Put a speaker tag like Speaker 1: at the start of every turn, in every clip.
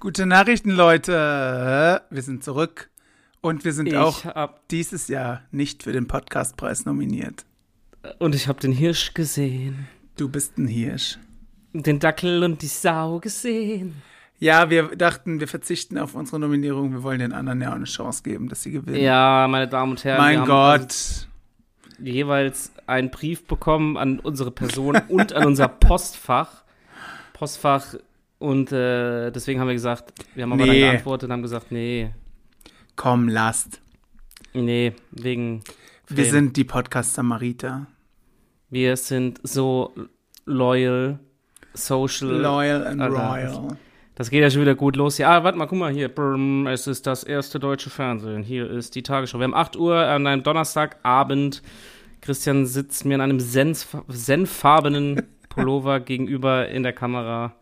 Speaker 1: Gute Nachrichten, Leute. Wir sind zurück. Und wir sind
Speaker 2: Ich
Speaker 1: auch
Speaker 2: hab-
Speaker 1: dieses Jahr nicht für den Podcastpreis nominiert.
Speaker 2: Und ich habe den Hirsch gesehen,
Speaker 1: Du bist ein Hirsch.
Speaker 2: den Dackel und die Sau gesehen.
Speaker 1: Ja, wir dachten, wir verzichten auf unsere Nominierung. Wir wollen den anderen ja auch eine Chance geben, dass sie gewinnen.
Speaker 2: Ja, meine Damen und Herren,
Speaker 1: mein
Speaker 2: wir haben also
Speaker 1: Gott.
Speaker 2: jeweils einen Brief bekommen an unsere Person und an unser Postfach. Postfach und äh, deswegen haben wir gesagt, wir haben aber
Speaker 1: Nee.
Speaker 2: dann geantwortet und haben gesagt, nee,
Speaker 1: Komm, lasst.
Speaker 2: nee, wegen
Speaker 1: Wir
Speaker 2: Fame.
Speaker 1: sind die Podcast-Samariter.
Speaker 2: wir sind so loyal, social.
Speaker 1: Loyal and
Speaker 2: Alter.
Speaker 1: royal.
Speaker 2: Das geht ja schon wieder gut los. Ja, ah, warte mal, guck mal hier. Brrm, es ist das erste deutsche Fernsehen. Hier ist die Tagesschau. Wir haben 8 Uhr an einem Donnerstagabend. Christian sitzt mir in einem senf senffarbenen Pullover gegenüber in der Kamera.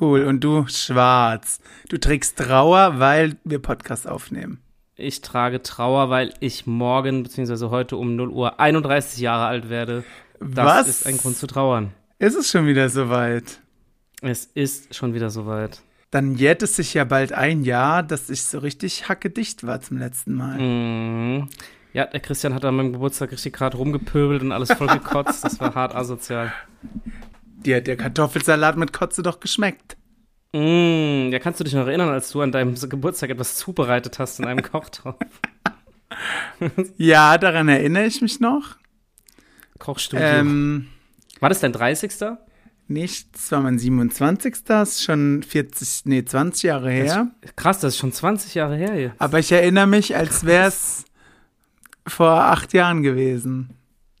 Speaker 1: Cool. Und du, schwarz. Du trägst Trauer, weil wir Podcast aufnehmen.
Speaker 2: Ich trage Trauer, weil ich morgen bzw. heute um 0 Uhr 31 Jahre alt werde. Das
Speaker 1: Was?
Speaker 2: ist ein Grund zu trauern.
Speaker 1: Ist es schon wieder soweit?
Speaker 2: Es ist schon wieder soweit.
Speaker 1: Dann jährt es sich ja bald ein Jahr, dass ich so richtig hackedicht war zum letzten Mal.
Speaker 2: Mhm. Ja, der Christian hat an meinem Geburtstag richtig gerade rumgepöbelt und alles voll gekotzt. Das war hart asozial.
Speaker 1: Dir hat der Kartoffelsalat mit Kotze doch geschmeckt.
Speaker 2: Mm, ja, kannst du dich noch erinnern, als du an deinem Geburtstag etwas zubereitet hast in einem Kochtopf?
Speaker 1: Ja, daran erinnere ich mich noch.
Speaker 2: Kochstudio.
Speaker 1: Ähm,
Speaker 2: War das dein 30.
Speaker 1: nichts, war mein 27. ist schon 40, nee, 20 Jahre her.
Speaker 2: Krass, das ist schon 20 Jahre her hier.
Speaker 1: Aber ich erinnere mich, als wäre es vor acht Jahren gewesen.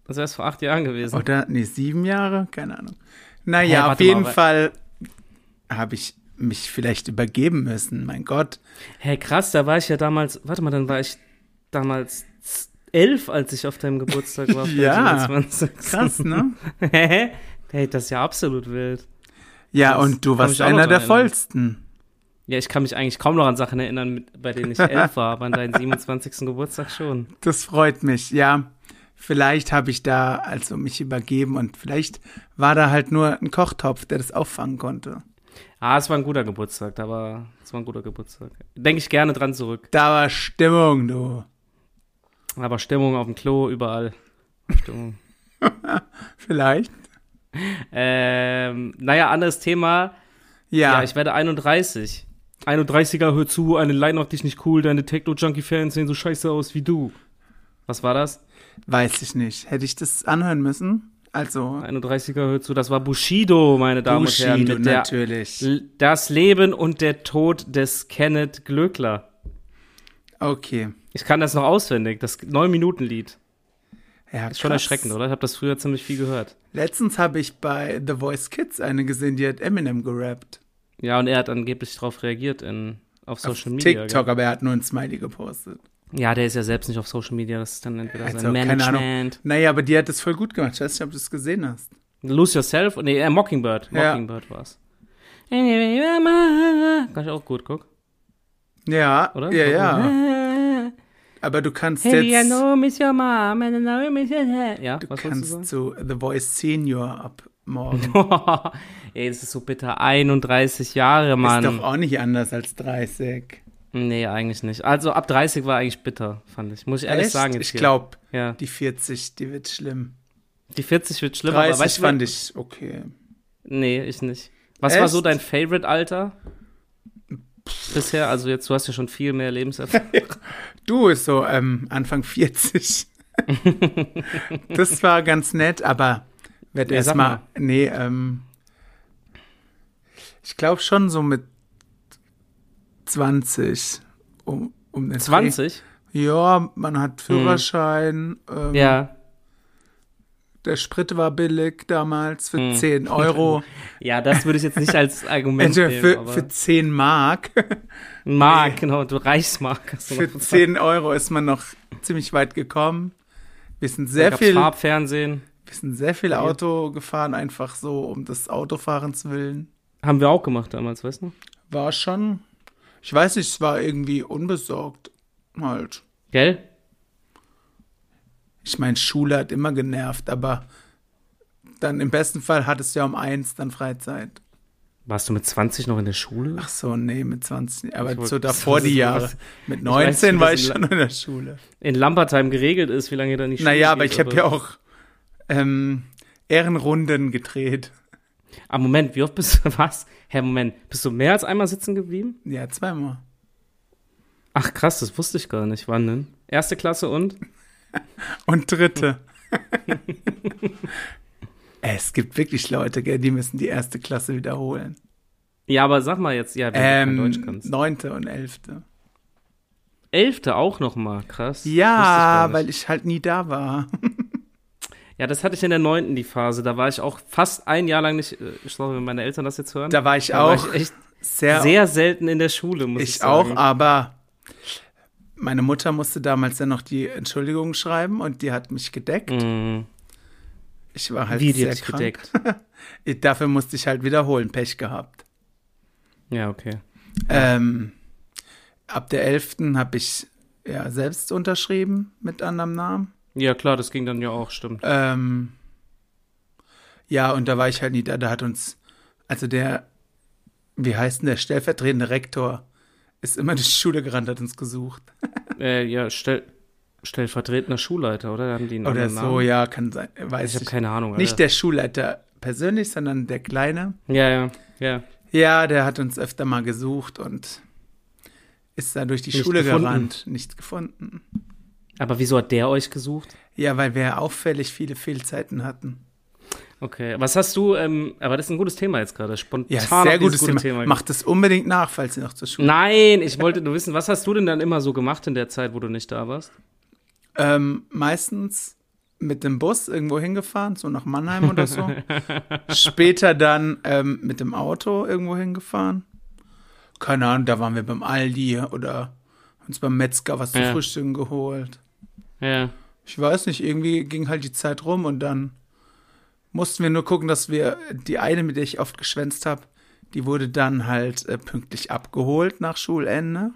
Speaker 2: Das wäre vor acht Jahren gewesen.
Speaker 1: Oder, nee, sieben Jahre? Keine Ahnung. Naja,
Speaker 2: Hä,
Speaker 1: auf
Speaker 2: warte
Speaker 1: jeden
Speaker 2: mal, wa-
Speaker 1: Fall habe ich mich vielleicht übergeben müssen, mein Gott.
Speaker 2: Hey, krass, da war ich ja damals, warte mal, dann war ich damals z- elf, als ich auf deinem Geburtstag war.
Speaker 1: Ja,
Speaker 2: 20.
Speaker 1: Krass, ne?
Speaker 2: hey, das ist ja absolut wild.
Speaker 1: Ja,
Speaker 2: Das
Speaker 1: und du
Speaker 2: kann
Speaker 1: warst
Speaker 2: mich auch noch
Speaker 1: einer
Speaker 2: dran
Speaker 1: der
Speaker 2: erinnern.
Speaker 1: vollsten.
Speaker 2: Ja, ich kann mich eigentlich kaum noch an Sachen erinnern, mit, bei denen ich elf war, aber an deinen 27. Geburtstag schon.
Speaker 1: Das freut mich, ja. Vielleicht habe ich da also mich übergeben und vielleicht war da halt nur ein Kochtopf, der das auffangen konnte.
Speaker 2: Ah, es war ein guter Geburtstag, da war, es war ein guter Geburtstag. Denke ich gerne dran zurück.
Speaker 1: Da war Stimmung, du.
Speaker 2: Aber Stimmung auf dem Klo, überall. Stimmung.
Speaker 1: Vielleicht.
Speaker 2: ähm, naja, anderes Thema. Ja.
Speaker 1: Ja,
Speaker 2: ich werde 31. 31er, hör zu, eine Line auf dich nicht cool, deine Techno-Junkie-Fans sehen so scheiße aus wie du. Was war das?
Speaker 1: weiß ich nicht. Hätte ich das anhören müssen? Also,
Speaker 2: 31er, hör zu, das war Bushido, meine Damen und
Speaker 1: Bushido
Speaker 2: Herren. Mit der,
Speaker 1: natürlich.
Speaker 2: L- das Leben und der Tod des Kenneth Glöckler.
Speaker 1: Okay.
Speaker 2: Ich kann das noch auswendig, das 9-Minuten-Lied.
Speaker 1: Ja,
Speaker 2: Ist schon
Speaker 1: krass.
Speaker 2: erschreckend, oder? Ich habe das früher ziemlich viel gehört.
Speaker 1: Letztens habe ich bei The Voice Kids eine gesehen, die hat Eminem gerappt.
Speaker 2: Ja, und er hat angeblich darauf reagiert in, auf Social Media.
Speaker 1: TikTok, aber er hat nur ein Smiley gepostet.
Speaker 2: gell? Ja, der ist ja selbst nicht auf Social Media, das ist dann entweder
Speaker 1: Also,
Speaker 2: sein
Speaker 1: keine Ahnung.
Speaker 2: Management.
Speaker 1: Naja, aber die hat das voll gut gemacht. Ich weiß nicht, ob du es gesehen hast.
Speaker 2: Lose Yourself, nee, äh, Mockingbird.
Speaker 1: Ja.
Speaker 2: Mockingbird war's. Kann ich auch gut, guck.
Speaker 1: Ja,
Speaker 2: Oder?
Speaker 1: ja, ja.
Speaker 2: ja.
Speaker 1: Aber du kannst
Speaker 2: Hey, I
Speaker 1: jetzt,
Speaker 2: know miss your mom and I know miss your dad. Ja,
Speaker 1: du
Speaker 2: was wolltest
Speaker 1: kannst zu The Voice Senior ab morgen.
Speaker 2: du sagen? Ey, das ist so bitter. 31 Jahre, Mann.
Speaker 1: Ist doch auch nicht anders als 30.
Speaker 2: nee, eigentlich nicht. Also ab 30 war eigentlich bitter, fand ich. Muss ich ehrlich
Speaker 1: Echt?
Speaker 2: sagen jetzt
Speaker 1: ich
Speaker 2: hier.
Speaker 1: glaube,
Speaker 2: Ja.
Speaker 1: die 40, die wird schlimm.
Speaker 2: Die 40 wird schlimmer, aber
Speaker 1: 30
Speaker 2: weißt du,
Speaker 1: fand ich okay.
Speaker 2: Nee, ich nicht. Was
Speaker 1: Echt?
Speaker 2: war so dein Favorite-Alter? Bisher, also jetzt, du hast ja schon viel mehr Lebenserfahrung.
Speaker 1: Du ist so ähm, Anfang 40. das war ganz nett, aber werd
Speaker 2: Ja,
Speaker 1: erst
Speaker 2: sag
Speaker 1: erstmal.
Speaker 2: mal.
Speaker 1: Nee, ähm, ich glaube schon so mit 20. Um, um den Dreh.
Speaker 2: 20?
Speaker 1: Ja, man hat Führerschein. Ähm,
Speaker 2: Hm. Ja.
Speaker 1: Der Sprit war billig damals für
Speaker 2: Hm.
Speaker 1: 10 Euro.
Speaker 2: Ja, das würde ich jetzt nicht als Argument
Speaker 1: Also
Speaker 2: nehmen,
Speaker 1: für,
Speaker 2: aber
Speaker 1: für 10 Mark.
Speaker 2: Mark, genau, du Reichsmark. hast du
Speaker 1: für
Speaker 2: noch gesagt.
Speaker 1: 10 Euro ist man noch ziemlich weit gekommen. Wir sind
Speaker 2: Da
Speaker 1: sehr
Speaker 2: gab's
Speaker 1: viel, wir
Speaker 2: Farbfernsehen.
Speaker 1: sind sehr viel Auto gefahren, einfach so um des Autofahrens willen.
Speaker 2: Haben wir auch gemacht damals, weißt du?
Speaker 1: War schon, ich weiß nicht, es war irgendwie unbesorgt halt.
Speaker 2: Gell?
Speaker 1: Ich meine, Schule hat immer genervt, aber dann im besten Fall hattest du ja um eins dann Freizeit.
Speaker 2: Warst du mit 20 noch in der Schule?
Speaker 1: Ach so, nee, mit 20, aber
Speaker 2: wollte-
Speaker 1: so davor die Jahre. Mit 19
Speaker 2: wie
Speaker 1: war
Speaker 2: das
Speaker 1: ich
Speaker 2: in-
Speaker 1: schon in der Schule.
Speaker 2: In Lampertheim geregelt ist, wie lange da nicht
Speaker 1: Naja, aber ich habe ja auch ähm, Ehrenrunden gedreht.
Speaker 2: Ah, Moment, wie oft bist du, was? Hä, Moment, bist du mehr als einmal sitzen geblieben?
Speaker 1: Ja, zweimal.
Speaker 2: Ach krass, das wusste ich gar nicht. Wann denn? Erste Klasse und?
Speaker 1: Und dritte. es gibt wirklich Leute, gell, die müssen die erste Klasse wiederholen.
Speaker 2: Ja, aber sag mal jetzt, ja, wenn du kein Deutsch
Speaker 1: Ähm,
Speaker 2: kannst.
Speaker 1: neunte und elfte.
Speaker 2: Elfte auch noch mal, krass. Wusste ich gar
Speaker 1: Ja,
Speaker 2: nicht.
Speaker 1: weil ich halt nie da war.
Speaker 2: Ja, das hatte ich in der neunten, die Phase. Da war ich auch fast ein Jahr lang nicht, äh, ich glaube, wenn meine Eltern das jetzt hören.
Speaker 1: Da war ich
Speaker 2: da
Speaker 1: auch
Speaker 2: war ich echt
Speaker 1: sehr,
Speaker 2: sehr selten in der Schule, muss ich,
Speaker 1: ich
Speaker 2: sagen.
Speaker 1: auch, aber meine Mutter musste damals dann noch die Entschuldigung schreiben und die hat mich gedeckt.
Speaker 2: Mhm.
Speaker 1: Ich war halt
Speaker 2: Wie die
Speaker 1: sehr
Speaker 2: hat sich
Speaker 1: krank.
Speaker 2: gedeckt.
Speaker 1: Dafür musste ich halt wiederholen, Pech gehabt.
Speaker 2: Ja, okay.
Speaker 1: Ähm, ab der 11. habe ich ja selbst unterschrieben mit anderem Namen.
Speaker 2: Ja, klar, das ging dann ja auch, stimmt.
Speaker 1: Ähm, ja, und da war ich halt nie da. Da hat uns, also der, wie heißt denn der stellvertretende Rektor, ist immer durch die Schule gerannt, hat uns gesucht.
Speaker 2: Äh, ja, stell, stellvertretender Schulleiter, oder? Da haben die einen
Speaker 1: Oder
Speaker 2: anderen
Speaker 1: so,
Speaker 2: Namen.
Speaker 1: ja, kann sein. Weiß
Speaker 2: Ich
Speaker 1: ich
Speaker 2: habe keine Ahnung.
Speaker 1: Nicht der Schulleiter persönlich, sondern der Kleine.
Speaker 2: der. Ja, ja, ja.
Speaker 1: Ja, der hat uns öfter mal gesucht und ist da durch die
Speaker 2: Nicht
Speaker 1: Schule
Speaker 2: gefunden.
Speaker 1: gerannt. Nichts gefunden.
Speaker 2: Aber wieso hat der euch gesucht?
Speaker 1: Ja, weil wir auffällig viele Fehlzeiten hatten.
Speaker 2: Okay, was hast du, ähm, aber das ist ein gutes Thema jetzt gerade, spontan.
Speaker 1: Ja,
Speaker 2: auf
Speaker 1: sehr gutes
Speaker 2: dieses gute
Speaker 1: Thema. Macht es unbedingt nach, falls ihr noch zur Schule.
Speaker 2: Nein, ich wollte nur wissen, was hast du denn dann immer so gemacht in der Zeit, wo du nicht da warst? Mhm.
Speaker 1: Ähm, meistens mit dem Bus irgendwo hingefahren, so nach Mannheim oder so. Später dann ähm, mit dem Auto irgendwo hingefahren. Keine Ahnung, da waren wir beim Aldi oder uns beim Metzger was zu
Speaker 2: Ja.
Speaker 1: frühstücken geholt.
Speaker 2: Ja.
Speaker 1: Ich weiß nicht, irgendwie ging halt die Zeit rum und dann mussten wir nur gucken, dass wir die eine, mit der ich oft geschwänzt habe, die wurde dann halt äh, pünktlich abgeholt nach Schulende.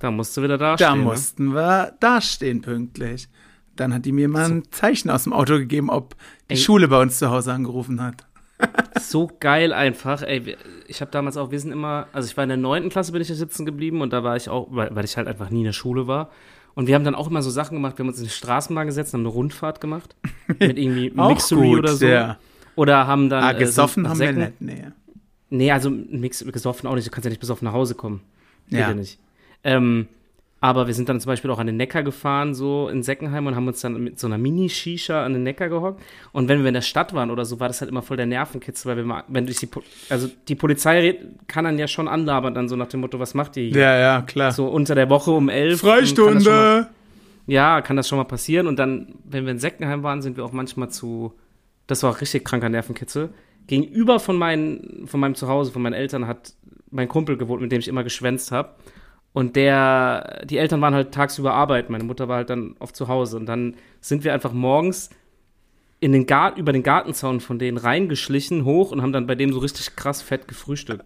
Speaker 2: Da musst du wieder ne? da
Speaker 1: Da
Speaker 2: stehen.
Speaker 1: mussten wir dastehen pünktlich. Dann hat die mir mal ein Zeichen aus dem Auto gegeben, ob die
Speaker 2: Ey.
Speaker 1: Schule bei uns zu Hause angerufen hat.
Speaker 2: Ne? So geil einfach. Ey, wir- ich habe damals auch, wir sind immer, also ich war in der neunten Klasse, bin ich da sitzen geblieben und da war ich auch, weil, weil ich halt einfach nie in der Schule war. Und wir haben dann auch immer so Sachen gemacht, wir haben uns in die Straßenbahn gesetzt, haben eine Rundfahrt gemacht. Mit irgendwie Mixery oder so.
Speaker 1: ja.
Speaker 2: Oder haben dann.
Speaker 1: Ah,
Speaker 2: äh,
Speaker 1: gesoffen
Speaker 2: sind nach
Speaker 1: haben wir
Speaker 2: Säcken-
Speaker 1: nicht, nee.
Speaker 2: Nee, also nix gesoffen auch nicht. Du kannst ja nicht besoffen nach Hause kommen. Geht
Speaker 1: Ja.
Speaker 2: ja nicht. Ähm, aber wir sind dann zum Beispiel auch an den Neckar gefahren, so in Seckenheim und haben uns dann mit so einer Mini-Shisha an den Neckar gehockt. Und wenn wir in der Stadt waren oder so, war das halt immer voll der Nervenkitzel, weil wir mal, wenn durch die, Po- also die Polizei red- kann dann ja schon anlabern, dann so nach dem Motto, was macht ihr hier?
Speaker 1: Ja, ja, klar.
Speaker 2: So unter der Woche um elf. kann das schon mal-
Speaker 1: Freistunde!
Speaker 2: ja, kann das schon mal passieren. Und dann, wenn wir in Seckenheim waren, sind wir auch manchmal zu, das war auch richtig kranker Nervenkitzel. Gegenüber von, meinen, von meinem Zuhause, von meinen Eltern, hat mein Kumpel gewohnt, mit dem ich immer geschwänzt habe. Und der, die Eltern waren halt tagsüber arbeiten. Meine Mutter war halt dann oft zu Hause. Und dann sind wir einfach morgens in den Garten, über den Gartenzaun von denen reingeschlichen, hoch und haben dann bei dem so richtig krass fett gefrühstückt.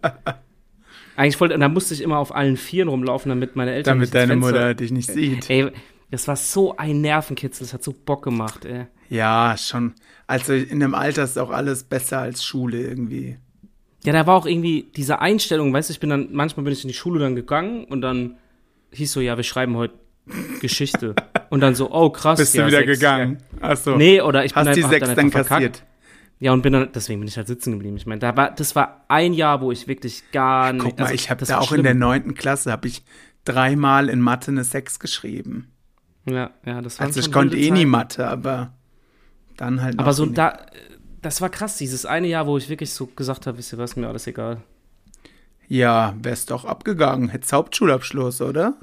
Speaker 2: Eigentlich wollte, und da musste ich immer auf allen Vieren rumlaufen, damit meine Eltern
Speaker 1: Damit
Speaker 2: nicht ins
Speaker 1: deine
Speaker 2: Fenster-
Speaker 1: Mutter dich nicht sieht.
Speaker 2: Ey, das war so ein Nervenkitzel, das hat so Bock gemacht, ey.
Speaker 1: Ja, schon. Also in dem Alter ist auch alles besser als Schule irgendwie.
Speaker 2: Ja, da war auch irgendwie diese Einstellung, weißt du, ich bin dann, manchmal bin ich in die Schule dann gegangen und dann hieß so, ja, wir schreiben heute Geschichte. und dann so, oh krass.
Speaker 1: Bist
Speaker 2: ja,
Speaker 1: du wieder
Speaker 2: sechs,
Speaker 1: gegangen? Achso.
Speaker 2: Ja. Nee, oder ich bin
Speaker 1: Hast die
Speaker 2: einfach, hab
Speaker 1: sechs dann
Speaker 2: einfach verkackt.
Speaker 1: kassiert?
Speaker 2: Ja, und bin dann, deswegen bin ich halt sitzen geblieben. Ich meine, da war, das war ein Jahr, wo ich wirklich gar nicht.
Speaker 1: Guck mal,
Speaker 2: also,
Speaker 1: ich habe
Speaker 2: das
Speaker 1: da
Speaker 2: war
Speaker 1: auch in der
Speaker 2: schlimm.
Speaker 1: neunten Klasse, habe ich dreimal in Mathe eine Sechs geschrieben.
Speaker 2: Ja, ja, das war
Speaker 1: Also ich konnte eh nie Mathe, aber dann halt
Speaker 2: Aber
Speaker 1: noch
Speaker 2: so
Speaker 1: nie.
Speaker 2: da, das war krass, dieses eine Jahr, wo ich wirklich so gesagt habe, wisst ihr was, mir alles egal.
Speaker 1: Ja, wär's doch abgegangen. Hättest Hauptschulabschluss, oder?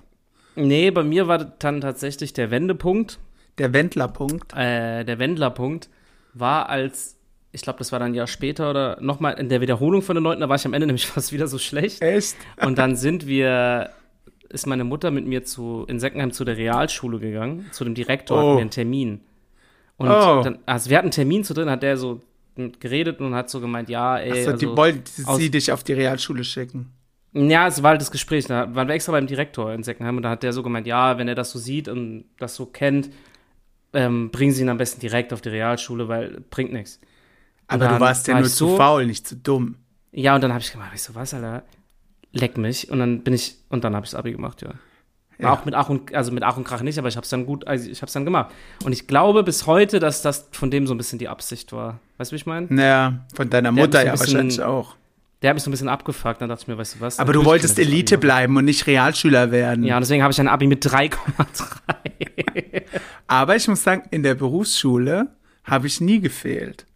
Speaker 2: Nee, bei mir war dann tatsächlich der Wendepunkt.
Speaker 1: Der Wendlerpunkt.
Speaker 2: äh, der Wendlerpunkt war als, ich glaube, das war dann ein Jahr später oder nochmal in der Wiederholung von der 9. Da war ich am Ende nämlich fast wieder so schlecht.
Speaker 1: Echt?
Speaker 2: Und dann sind wir, ist meine Mutter mit mir zu, in Seckenheim zu der Realschule gegangen, zu dem Direktor,
Speaker 1: Oh.
Speaker 2: hatten wir einen Termin. Und
Speaker 1: Oh.
Speaker 2: dann, also wir hatten einen Termin zu drin, hat der so geredet und hat so gemeint, ja, ey.
Speaker 1: Achso, die
Speaker 2: also-
Speaker 1: wollten
Speaker 2: aus-
Speaker 1: sie dich auf die Realschule schicken.
Speaker 2: ja, es war halt das Gespräch. Da waren wir extra beim Direktor in Seckenheim und da hat der so gemeint, ja, wenn er das so sieht und das so kennt, ähm, bringen Sie ihn am besten direkt auf die Realschule, weil bringt nichts.
Speaker 1: Aber
Speaker 2: dann
Speaker 1: du warst ja
Speaker 2: war
Speaker 1: nur
Speaker 2: ich
Speaker 1: zu
Speaker 2: so-
Speaker 1: faul, nicht zu dumm.
Speaker 2: Ja, und dann habe ich gemacht, ich so, was, Alter, leck mich. Und dann bin ich, und dann habe ich das Abi gemacht, ja.
Speaker 1: Ja.
Speaker 2: Auch mit Ach und, also mit Ach und Krach nicht, aber ich habe es dann gut, also ich habe es dann gemacht. Und ich glaube bis heute, dass das von dem so ein bisschen die Absicht war. Weißt du, wie ich meine?
Speaker 1: Naja, von deiner
Speaker 2: Der hat
Speaker 1: Mutter
Speaker 2: mich
Speaker 1: ja
Speaker 2: so ein bisschen-
Speaker 1: wahrscheinlich auch.
Speaker 2: Der hat mich so ein bisschen abgefuckt, dann dachte ich mir, weißt du was?
Speaker 1: Aber du
Speaker 2: natürlich
Speaker 1: wolltest
Speaker 2: kann ich das
Speaker 1: Elite
Speaker 2: Abi
Speaker 1: bleiben und nicht Realschüler werden.
Speaker 2: machen. Ja, und deswegen habe ich ein Abi mit 3,3.
Speaker 1: Aber ich muss sagen, in der Berufsschule habe ich nie gefehlt.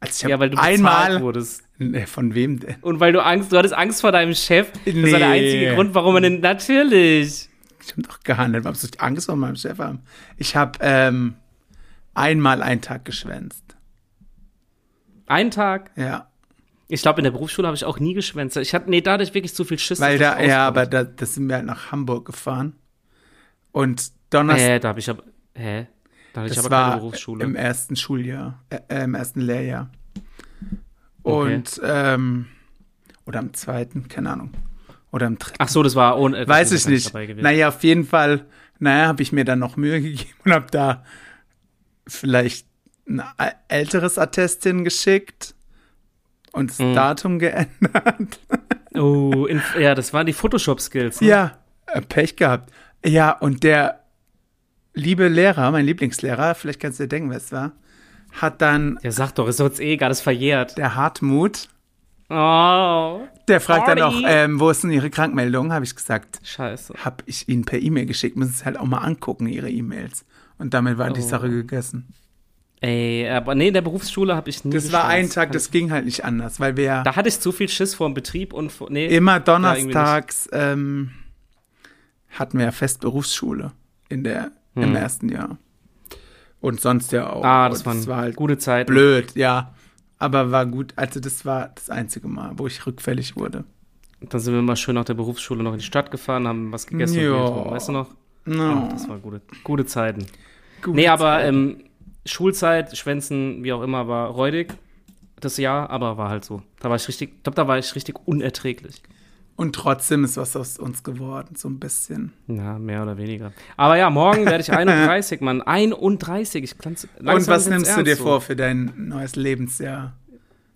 Speaker 1: Also ich habe
Speaker 2: Ja, weil du bezahlt
Speaker 1: einmal
Speaker 2: wurdest.
Speaker 1: Nee, von wem denn?
Speaker 2: Und weil du Angst, du hattest Angst vor deinem Chef. Das war der
Speaker 1: Nee.
Speaker 2: einzige Grund, warum man denn, natürlich.
Speaker 1: Ich habe doch gehandelt. Warum soll ich Angst vor meinem Chef haben? Ich habe ähm, einmal einen Tag geschwänzt.
Speaker 2: Einen Tag.
Speaker 1: Ja,
Speaker 2: Ich glaube, in der Berufsschule habe ich auch nie geschwänzt. Ich hatte, nee, da hatte ich wirklich zu viel Schiss.
Speaker 1: weil
Speaker 2: dass
Speaker 1: da,
Speaker 2: ich
Speaker 1: ja,
Speaker 2: rauskomme.
Speaker 1: aber da, das sind wir halt nach Hamburg gefahren. Und Donnerstag,
Speaker 2: Hä, da habe ich aber, hä? Da hatte ich
Speaker 1: das
Speaker 2: aber keine
Speaker 1: war
Speaker 2: Berufsschule.
Speaker 1: im ersten Schuljahr, äh, äh, im ersten Lehrjahr.
Speaker 2: Okay.
Speaker 1: Und, ähm, oder im zweiten, keine Ahnung. Oder im dritten.
Speaker 2: Ach so, das war ohne. Ah, das
Speaker 1: Weiß
Speaker 2: ist
Speaker 1: ich
Speaker 2: gar
Speaker 1: nicht.
Speaker 2: Dabei gewesen.
Speaker 1: Naja, auf jeden Fall, naja, habe ich mir dann noch Mühe gegeben und habe da vielleicht ein ä- älteres Attest hingeschickt und das
Speaker 2: Mhm.
Speaker 1: Datum geändert.
Speaker 2: Oh, in, ja, das waren die Photoshop-Skills. Ne?
Speaker 1: Ja, äh, Pech gehabt. Ja, und der liebe Lehrer, mein Lieblingslehrer, vielleicht kannst du dir denken, wer es war, hat dann
Speaker 2: Ja, sag doch, ist doch jetzt eh gar das verjährt.
Speaker 1: der Hartmut,
Speaker 2: Oh,
Speaker 1: der fragt dann auch,
Speaker 2: Sorry.
Speaker 1: ähm, wo ist denn Ihre Krankmeldung? Habe ich gesagt,
Speaker 2: scheiße.
Speaker 1: habe ich Ihnen per E-Mail geschickt, müssen Sie halt auch mal angucken, Ihre E-Mails. Und damit war die
Speaker 2: Oh.
Speaker 1: Sache gegessen.
Speaker 2: Ey, aber nee, in der Berufsschule habe ich nie
Speaker 1: Das war ein
Speaker 2: geschwänzt.
Speaker 1: Tag, das ging halt nicht anders, weil wir ja
Speaker 2: Da hatte ich zu viel Schiss vor dem Betrieb und vor, nee.
Speaker 1: immer
Speaker 2: da irgendwie
Speaker 1: donnerstags ähm, hatten wir ja fest Berufsschule in der, im ersten Jahr. Und sonst ja auch.
Speaker 2: Hm. Ah, das
Speaker 1: Und
Speaker 2: waren
Speaker 1: war halt
Speaker 2: gute Zeiten.
Speaker 1: blöd, ja. Aber war gut, also das war das einzige Mal, wo ich rückfällig wurde.
Speaker 2: Dann sind wir mal schön nach der Berufsschule noch in die Stadt gefahren, haben was gegessen
Speaker 1: Ja.
Speaker 2: und Bier getrunken, weißt du noch?
Speaker 1: No.
Speaker 2: Ach, das war gute, gute Zeiten.
Speaker 1: Gut.
Speaker 2: nee, aber ähm, Schulzeit, Schwänzen, wie auch immer, war räudig. Das Jahr, aber war halt so. Da war ich richtig, ich glaube, da war ich richtig unerträglich.
Speaker 1: Und trotzdem ist was aus uns geworden, so ein bisschen.
Speaker 2: Ja, mehr oder weniger. Aber ja, morgen werde ich 31, Mann. 31. Ich kann's,
Speaker 1: Und
Speaker 2: langsam
Speaker 1: was
Speaker 2: wird's
Speaker 1: nimmst du
Speaker 2: ernst
Speaker 1: dir
Speaker 2: so.
Speaker 1: vor für dein neues Lebensjahr?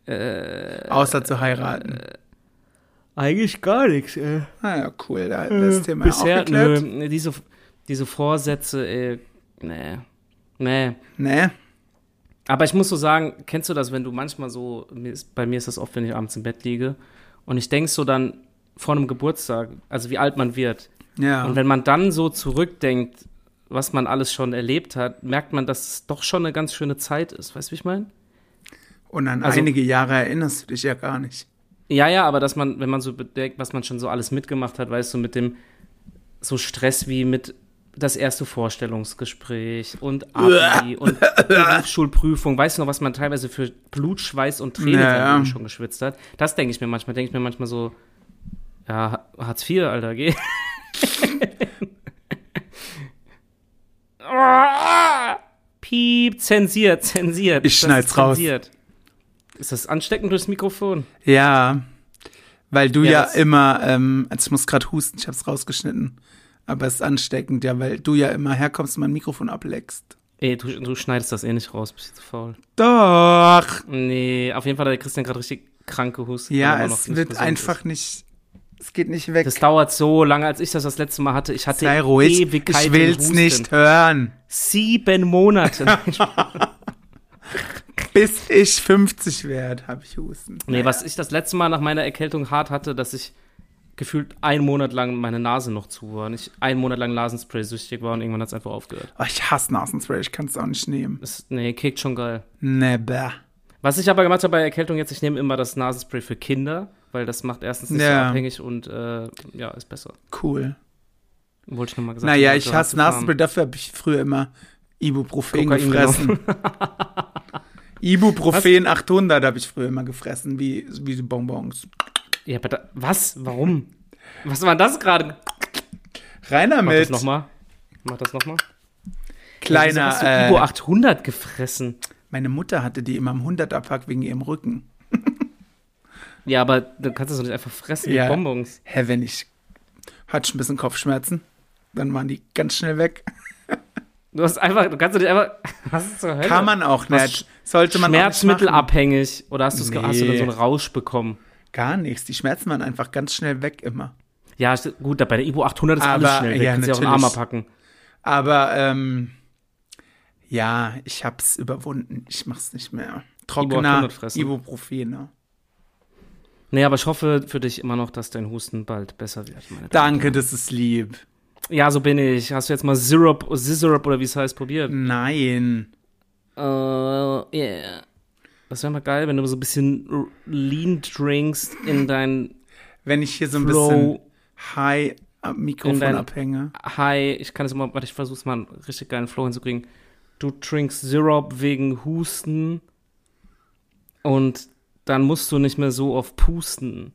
Speaker 2: Äh,
Speaker 1: Außer zu heiraten.
Speaker 2: Eigentlich gar nichts, äh. ey.
Speaker 1: Ah ja, cool, da das Thema
Speaker 2: äh, Bisher,
Speaker 1: auch geklärt.
Speaker 2: nö, diese, diese Vorsätze, ey, nee. Nee.
Speaker 1: Nee.
Speaker 2: Aber ich muss so sagen, kennst du das, wenn du manchmal so, mir ist- bei mir ist das oft, wenn ich abends im Bett liege und ich denke so dann vor einem Geburtstag, also wie alt man wird.
Speaker 1: Ja.
Speaker 2: Und wenn man dann so zurückdenkt, was man alles schon erlebt hat, merkt man, dass es doch schon eine ganz schöne Zeit ist. Weißt du, wie ich meine?
Speaker 1: Und an
Speaker 2: Also-
Speaker 1: einige Jahre erinnerst du dich ja gar nicht.
Speaker 2: Ja, ja, aber dass man, wenn man so bedenkt, was man schon so alles mitgemacht hat, weißt du, mit dem so Stress wie mit das erste Vorstellungsgespräch und Abi und Berufsschulprüfung, weißt du noch, was man teilweise für Blut, Schweiß und Tränen
Speaker 1: Ja,
Speaker 2: sein
Speaker 1: ja.
Speaker 2: Leben schon geschwitzt hat? Das denke ich mir manchmal, denke ich mir manchmal so, ja, Hartz IV, Alter, geh. Piep, zensiert, zensiert.
Speaker 1: Ich
Speaker 2: Das
Speaker 1: schneid's
Speaker 2: ist
Speaker 1: raus.
Speaker 2: Zensiert. Ist das ansteckend durchs Mikrofon?
Speaker 1: Ja, weil du
Speaker 2: Ja,
Speaker 1: ja,
Speaker 2: das-
Speaker 1: immer, ähm, also ich muss gerade husten, ich hab's rausgeschnitten. Aber es ist ansteckend, ja, weil du ja immer herkommst und mein Mikrofon ableckst.
Speaker 2: Ey, du, du schneidest das eh nicht raus, bist du zu faul.
Speaker 1: Doch.
Speaker 2: Nee, auf jeden Fall hat der Christian gerade richtig krank gehustet. weil
Speaker 1: Ja,
Speaker 2: er immer noch
Speaker 1: es
Speaker 2: nicht
Speaker 1: wird
Speaker 2: gesund
Speaker 1: einfach
Speaker 2: Ist.
Speaker 1: nicht, es geht nicht weg.
Speaker 2: Das dauert so lange, als ich das das letzte Mal hatte. Ich hatte
Speaker 1: Sei ruhig,
Speaker 2: Ewigkeiten
Speaker 1: ich will's
Speaker 2: Husten.
Speaker 1: nicht hören.
Speaker 2: Sieben Monate.
Speaker 1: Bis ich 50 werde, habe ich Husten.
Speaker 2: nee, was ich das letzte Mal nach meiner Erkältung hart hatte, dass ich gefühlt einen Monat lang meine Nase noch zu war. und Ich einen Monat lang Nasenspray-süchtig war und irgendwann hat es einfach aufgehört.
Speaker 1: Oh, ich hasse Nasenspray, ich kann's auch nicht nehmen.
Speaker 2: Das, nee, kickt schon geil.
Speaker 1: Ne, bäh.
Speaker 2: Was ich aber gemacht habe bei Erkältung jetzt, ich nehme immer das Nasenspray für Kinder, weil das macht erstens nicht
Speaker 1: Ja.
Speaker 2: so abhängig und äh, ja, ist besser.
Speaker 1: Cool.
Speaker 2: Wollte ich nochmal gesagt
Speaker 1: Naja,
Speaker 2: haben,
Speaker 1: ich hasse
Speaker 2: also hast du
Speaker 1: Nasenspray, dafür habe ich früher immer Ibuprofen
Speaker 2: Kokain
Speaker 1: gefressen. Ibuprofen 800 habe ich früher immer gefressen, wie, wie die Bonbons.
Speaker 2: Farben. Ja, aber da, was? Warum? Was war das gerade?
Speaker 1: Rein
Speaker 2: Mach das
Speaker 1: damit,
Speaker 2: nochmal. Mach das nochmal. Wieso
Speaker 1: kleiner.
Speaker 2: hast du Ibo
Speaker 1: äh,
Speaker 2: 800 gefressen?
Speaker 1: meine Mutter hatte die immer im 100er-Pack wegen ihrem Rücken.
Speaker 2: Ja, aber du kannst das doch nicht einfach fressen
Speaker 1: Ja.
Speaker 2: wie Bonbons.
Speaker 1: Hä, wenn ich hatte ich ein bisschen Kopfschmerzen, dann waren die ganz schnell weg.
Speaker 2: Du hast einfach, du kannst doch nicht einfach. Was ist zur Hölle?
Speaker 1: Kann man auch
Speaker 2: Was
Speaker 1: nicht. Sollte man auch nicht machen.
Speaker 2: Schmerzmittelabhängig oder hast, du's ge- hast du dann so
Speaker 1: Nee.
Speaker 2: einen Rausch bekommen?
Speaker 1: Gar nichts. Die Schmerzen waren einfach ganz schnell weg immer.
Speaker 2: Ja, ist- gut, bei der Ibu 800 ist alles
Speaker 1: Aber,
Speaker 2: schnell weg.
Speaker 1: ja,
Speaker 2: Kannst du ja auch einen
Speaker 1: natürlich.
Speaker 2: Armer packen.
Speaker 1: Aber ähm, ja, ich hab's überwunden. Ich mach's nicht mehr. Trockener
Speaker 2: 800 fressen.
Speaker 1: Ibuprofen. Ne?
Speaker 2: Nee, aber ich hoffe für dich immer noch, dass dein Husten bald besser wird. Meine
Speaker 1: Danke, das ist lieb.
Speaker 2: Ja, so bin ich. Hast du jetzt mal Syrup, Syrup oder wie es heißt probiert?
Speaker 1: Nein.
Speaker 2: Äh, yeah. Das wäre mal geil, wenn du so ein bisschen r- lean drinks in dein
Speaker 1: Wenn ich hier so ein
Speaker 2: Flow
Speaker 1: bisschen high am
Speaker 2: In
Speaker 1: Mikrofon
Speaker 2: dein-
Speaker 1: abhänge.
Speaker 2: high. Ich kann es immer, warte, ich versuch's mal einen richtig geilen Flow hinzukriegen. Du trinkst Syrup wegen Husten und dann musst du nicht mehr so oft pusten.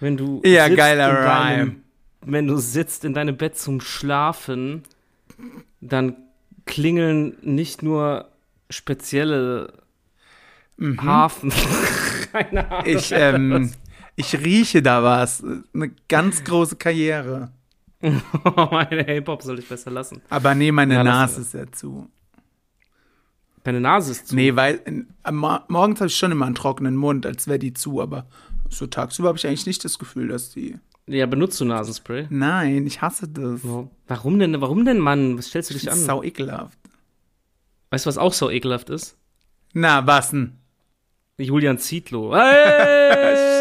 Speaker 2: Wenn du
Speaker 1: Ja,
Speaker 2: sitzt
Speaker 1: geiler
Speaker 2: in deinem-
Speaker 1: Rhyme.
Speaker 2: Wenn du sitzt in deinem Bett zum Schlafen, dann klingeln nicht nur spezielle
Speaker 1: Mhm.
Speaker 2: Hafen. Keine Ahnung.
Speaker 1: Ich, ähm, ich rieche da was. Eine ganz große Karriere.
Speaker 2: Meine Oh, Hip-Hop soll ich besser lassen.
Speaker 1: Aber nee, meine
Speaker 2: Ja, lass
Speaker 1: Nase ist ja zu.
Speaker 2: Deine Nase ist zu.
Speaker 1: Nee, weil in, am Mor- morgens habe ich schon immer einen trockenen Mund, als wäre die zu, aber so tagsüber habe ich eigentlich nicht das Gefühl, dass die.
Speaker 2: Ja, benutzt du Nasenspray?
Speaker 1: Nein, ich hasse das.
Speaker 2: Wa- Warum denn, warum denn, Mann? Was stellst du dich
Speaker 1: Das
Speaker 2: an?
Speaker 1: ist sau ekelhaft.
Speaker 2: weißt du, was auch so ekelhaft ist?
Speaker 1: Na, was denn?
Speaker 2: Julian Zietlow. Hey!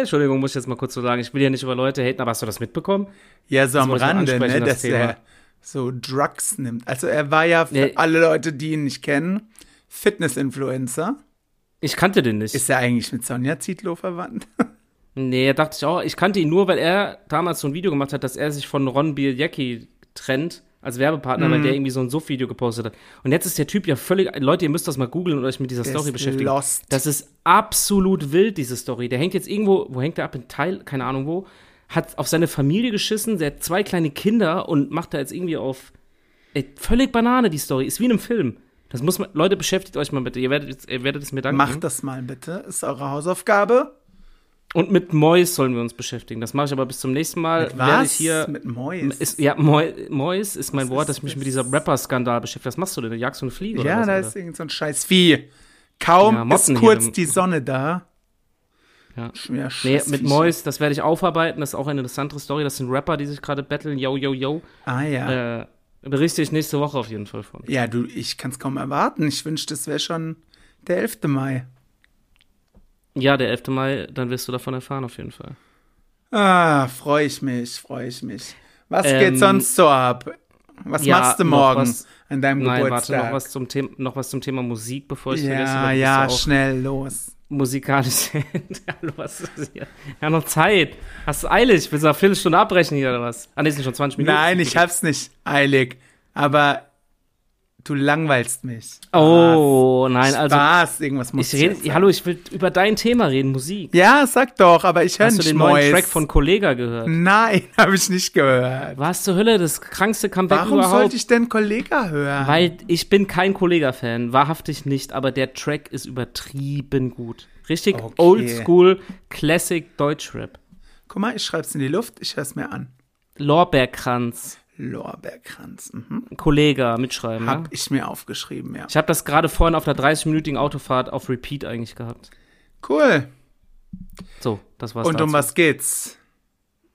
Speaker 2: Entschuldigung, muss ich jetzt mal kurz so sagen. Ich will ja nicht über Leute haten, aber hast du das mitbekommen?
Speaker 1: Ja, so am
Speaker 2: wollte ich noch
Speaker 1: Rande, ne,
Speaker 2: ansprechen, das
Speaker 1: dass er
Speaker 2: Thema.
Speaker 1: so Drugs nimmt. Also er war ja für
Speaker 2: Nee.
Speaker 1: alle Leute, die ihn nicht kennen, Fitness-Influencer.
Speaker 2: Ich kannte den nicht.
Speaker 1: Ist er eigentlich mit Sonja Zietlow verwandt?
Speaker 2: nee, dachte ich auch. Ich kannte ihn nur, weil er damals so ein Video gemacht hat, dass er sich von Ron Bilecki trennt als Werbepartner,
Speaker 1: Mhm.
Speaker 2: weil der irgendwie so ein Suff-Video gepostet hat. Und jetzt ist der Typ ja völlig. Leute, ihr müsst das mal googeln und euch mit dieser
Speaker 1: Der
Speaker 2: Story
Speaker 1: ist
Speaker 2: beschäftigen.
Speaker 1: lost.
Speaker 2: Das ist absolut wild, diese Story. Der hängt jetzt irgendwo, wo hängt der ab? In Teil, keine Ahnung wo. Hat auf seine Familie geschissen, der hat zwei kleine Kinder und macht da jetzt irgendwie auf. Ey, völlig Banane, die Story. Ist wie in einem Film. Das muss man, Leute, beschäftigt euch mal bitte. Ihr werdet, jetzt, ihr werdet es mir danken.
Speaker 1: Macht das mal bitte, ist eure Hausaufgabe.
Speaker 2: Und mit Mois sollen wir uns beschäftigen. Das mache ich aber bis zum nächsten Mal.
Speaker 1: Mit
Speaker 2: Werde ich
Speaker 1: was?
Speaker 2: hier
Speaker 1: mit Mois?
Speaker 2: ist, ja, Moi- Mois ist mein
Speaker 1: Was
Speaker 2: Wort,
Speaker 1: ist
Speaker 2: dass ich mich mit
Speaker 1: das?
Speaker 2: diesem Rapper-Skandal beschäftige. Was machst du denn? Du jagst so eine Fliege oder
Speaker 1: ja,
Speaker 2: was?
Speaker 1: da
Speaker 2: Alter?
Speaker 1: ist irgend so ein scheiß Vieh. Kaum
Speaker 2: Ja,
Speaker 1: ist
Speaker 2: Motten hier
Speaker 1: kurz
Speaker 2: im-
Speaker 1: die Sonne da.
Speaker 2: Ja.
Speaker 1: Schon wieder
Speaker 2: Nee,
Speaker 1: scheiß
Speaker 2: mit
Speaker 1: Viecher.
Speaker 2: Mois, das werde ich aufarbeiten. Das ist auch eine interessantere Story. Das sind Rapper, die sich gerade battlen. Yo, yo, yo.
Speaker 1: Ah ja.
Speaker 2: Äh, berichte ich nächste Woche auf jeden Fall von.
Speaker 1: Ja, du, ich kann es kaum erwarten. Ich wünschte, es wäre schon der 11. Mai.
Speaker 2: Ja, der 11. Mai, dann wirst du davon erfahren auf jeden Fall.
Speaker 1: Ah, freue ich mich, freue ich mich. Was
Speaker 2: Ähm,
Speaker 1: geht sonst so ab? Was
Speaker 2: ja,
Speaker 1: machst du
Speaker 2: noch
Speaker 1: morgen
Speaker 2: was-
Speaker 1: an deinem
Speaker 2: Nein, warte,
Speaker 1: Geburtstag?
Speaker 2: noch was, zum Thema, noch was zum Thema Musik, bevor ich es vergesse.
Speaker 1: ja,
Speaker 2: weil du bist
Speaker 1: ja,
Speaker 2: auch
Speaker 1: schnell los.
Speaker 2: musikalisch. Hallo, was ist hier? Ja, noch Zeit. Hast du eilig? Willst du nach Viertelstunde abbrechen hier oder was? Ah, nee, sind schon 20 Minuten.
Speaker 1: Nein, ich hab's nicht eilig, aber du langweilst mich.
Speaker 2: Oh, nein, also.
Speaker 1: Ah, Spaß, irgendwas muss
Speaker 2: Ich rede,
Speaker 1: jetzt sagen.
Speaker 2: hallo, ich will über dein Thema reden, Musik.
Speaker 1: Ja, sag doch, aber ich höre
Speaker 2: Hast du
Speaker 1: nicht
Speaker 2: den
Speaker 1: Mois.
Speaker 2: neuen Track von Kollega gehört?
Speaker 1: Nein, habe ich nicht gehört.
Speaker 2: Was zur Hölle, das krankste Comeback
Speaker 1: Warum
Speaker 2: überhaupt.
Speaker 1: sollte ich denn Kollega hören?
Speaker 2: Weil ich bin kein Kollega-Fan, wahrhaftig nicht, aber der Track ist übertrieben gut. Richtig
Speaker 1: Okay.
Speaker 2: oldschool, classic Deutschrap.
Speaker 1: Guck mal, ich schreib's in die Luft, ich hör's mir an.
Speaker 2: Lorbeerkranz,
Speaker 1: Lorbeerkranz, mhm.
Speaker 2: Kollega, mitschreiben.
Speaker 1: hab
Speaker 2: Ne?
Speaker 1: ich mir aufgeschrieben, ja.
Speaker 2: Ich habe das gerade vorhin auf einer 30-minütigen Autofahrt auf Repeat eigentlich gehabt.
Speaker 1: Cool.
Speaker 2: So, das war's.
Speaker 1: Und um
Speaker 2: dazu.
Speaker 1: was geht's?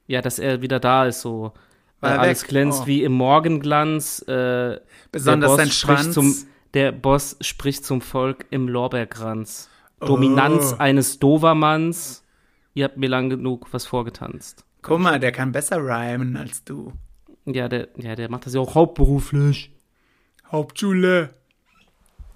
Speaker 2: Ja, dass er wieder da ist, so. Äh,
Speaker 1: War er
Speaker 2: alles
Speaker 1: weg?
Speaker 2: glänzt
Speaker 1: Oh.
Speaker 2: wie im Morgenglanz. Äh,
Speaker 1: Besonders sein Schwanz.
Speaker 2: spricht Zum, der Boss spricht zum Volk im Lorbeerkranz. Dominanz
Speaker 1: Oh.
Speaker 2: eines Dovermanns. Ihr habt mir lang genug was vorgetanzt.
Speaker 1: Guck mal, der kann besser rhymen als du.
Speaker 2: Ja, der, ja, der macht das ja auch hauptberuflich.
Speaker 1: Hauptschule.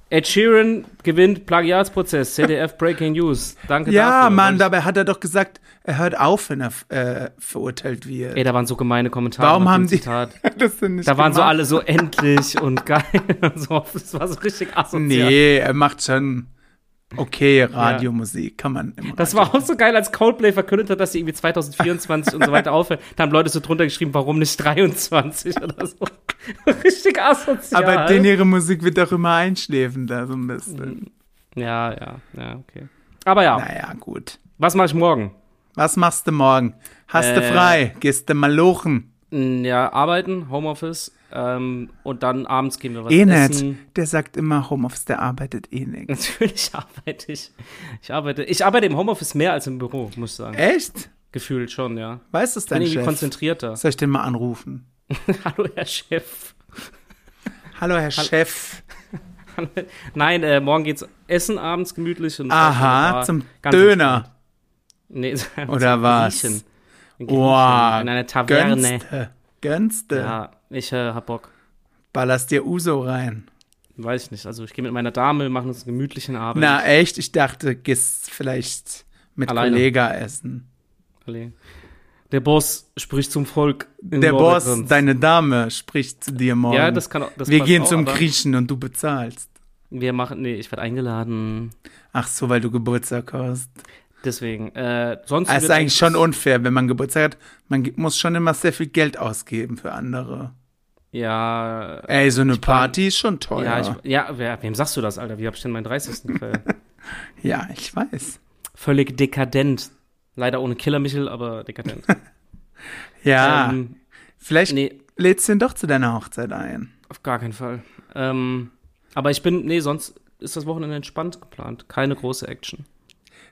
Speaker 2: Ed Sheeran gewinnt Plagiatsprozess. CDF Breaking News. Danke
Speaker 1: Ja,
Speaker 2: dafür.
Speaker 1: Mann,
Speaker 2: Da
Speaker 1: dabei hat er doch gesagt, er hört auf, wenn er äh, verurteilt wird.
Speaker 2: Ey, da waren so gemeine Kommentare.
Speaker 1: Warum
Speaker 2: nach dem
Speaker 1: haben die-
Speaker 2: Zitat.
Speaker 1: das sind nicht
Speaker 2: Da waren so
Speaker 1: gemacht.
Speaker 2: alle so endlich und geil. Und so, das war so richtig asozial.
Speaker 1: Nee, er macht schon okay Radiomusik, kann man immer.
Speaker 2: Das war auch so geil, als Coldplay verkündet hat, dass sie irgendwie 2024 und so weiter aufhören. Da haben Leute so drunter geschrieben, warum nicht 23 oder so. Richtig asozial.
Speaker 1: Aber denn ihre Musik wird doch immer einschläfender, so ein bisschen.
Speaker 2: Mm. ja, ja, ja, okay. Aber ja,
Speaker 1: Naja, gut.
Speaker 2: was mache ich morgen?
Speaker 1: Was machst du morgen? Hast du
Speaker 2: Äh.
Speaker 1: frei? Gehst du mal lochen?
Speaker 2: Mm, Ja, arbeiten, Homeoffice. Ähm, und dann abends gehen wir was
Speaker 1: Enet,
Speaker 2: essen.
Speaker 1: Eh
Speaker 2: Hm.
Speaker 1: der sagt immer Homeoffice, der arbeitet eh nicht.
Speaker 2: Natürlich arbeite ich. Ich arbeite, ich arbeite im Homeoffice mehr als im Büro, muss ich sagen.
Speaker 1: Echt?
Speaker 2: Gefühlt schon, ja.
Speaker 1: Weiß das
Speaker 2: Bin
Speaker 1: dein
Speaker 2: irgendwie
Speaker 1: Chef?
Speaker 2: konzentrierter.
Speaker 1: Soll ich den mal anrufen?
Speaker 2: Hallo, Herr Chef.
Speaker 1: Hallo, Herr Chef.
Speaker 2: Nein, äh, morgen geht's essen abends gemütlich. Und
Speaker 1: Aha,
Speaker 2: Ah,
Speaker 1: zum
Speaker 2: ganz
Speaker 1: Döner.
Speaker 2: entspannt. Nee,
Speaker 1: Oder
Speaker 2: zum
Speaker 1: was?
Speaker 2: Griechen. In Griechen,
Speaker 1: Boah,
Speaker 2: In einer Taverne.
Speaker 1: gönnste. Gönnste.
Speaker 2: Ja, ich äh, hab Bock.
Speaker 1: Ballerst dir Uso rein.
Speaker 2: Weiß ich nicht. Also ich gehe mit meiner Dame, wir machen uns einen gemütlichen Abend.
Speaker 1: Na, echt? Ich dachte, gehst vielleicht mit
Speaker 2: Alleine.
Speaker 1: Kollega essen.
Speaker 2: Allee. Der Boss spricht zum Volk. in
Speaker 1: Der Boss,
Speaker 2: Lorbeerkranz.
Speaker 1: deine Dame, spricht zu dir morgen.
Speaker 2: Ja, das kann auch. Das
Speaker 1: Wir
Speaker 2: passt
Speaker 1: gehen
Speaker 2: auch,
Speaker 1: zum
Speaker 2: aber
Speaker 1: Griechen und du bezahlst.
Speaker 2: Wir machen. Nee, ich werde eingeladen.
Speaker 1: Ach so, weil du Geburtstag hast.
Speaker 2: Deswegen. Äh, sonst.
Speaker 1: Es Ah, ist
Speaker 2: wird
Speaker 1: eigentlich schon unfair, wenn man Geburtstag hat. Man ge- muss schon immer sehr viel Geld ausgeben für andere.
Speaker 2: Ja.
Speaker 1: Ey, so eine
Speaker 2: Ich war-
Speaker 1: Party ist schon teuer.
Speaker 2: Ja, ich, ja wer, wem sagst du das, Alter? Wie hab ich denn meinen 30. gefeiert?
Speaker 1: ja, ich weiß.
Speaker 2: Völlig dekadent. Leider ohne Killer Michel, aber dekadent.
Speaker 1: Ja,
Speaker 2: Ähm,
Speaker 1: vielleicht
Speaker 2: nee,
Speaker 1: lädst du ihn doch zu deiner Hochzeit ein.
Speaker 2: auf gar keinen Fall. Ähm, aber ich bin, nee, sonst ist das Wochenende entspannt geplant. Keine große Action.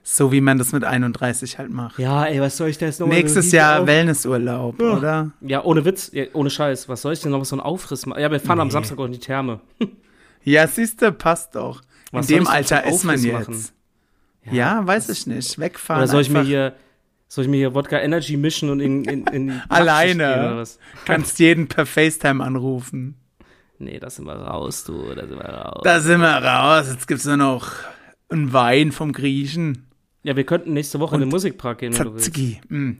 Speaker 1: So wie man das mit 31 halt macht.
Speaker 2: Ja, ey, was soll ich da jetzt nochmal?
Speaker 1: Nächstes Jahr Wellnessurlaub, oder?
Speaker 2: Ja, ohne Witz, ja, ohne Scheiß. Was soll ich denn noch so einen Aufriss machen? Ja, wir fahren am
Speaker 1: Nee.
Speaker 2: Samstag auch in die Therme.
Speaker 1: Ja, siehste, passt doch.
Speaker 2: Was
Speaker 1: In
Speaker 2: soll
Speaker 1: dem
Speaker 2: ich denn
Speaker 1: Alter
Speaker 2: zum
Speaker 1: ist man
Speaker 2: Aufriss
Speaker 1: jetzt.
Speaker 2: machen?
Speaker 1: Ja, weiß ich nicht. Wegfahren.
Speaker 2: Oder soll ich mir
Speaker 1: einfach.
Speaker 2: hier, soll ich mir hier Wodka Energy mischen und in, in, in die Nachtschicht
Speaker 1: Alleine.
Speaker 2: gehen oder was?
Speaker 1: Kannst jeden per FaceTime anrufen.
Speaker 2: Nee, da sind wir raus, du, da sind wir raus.
Speaker 1: Da sind wir raus. Jetzt gibt's nur noch einen Wein vom Griechen.
Speaker 2: ja, wir könnten nächste Woche in den Musikpark gehen, wenn du willst.
Speaker 1: Tzatziki. Mm.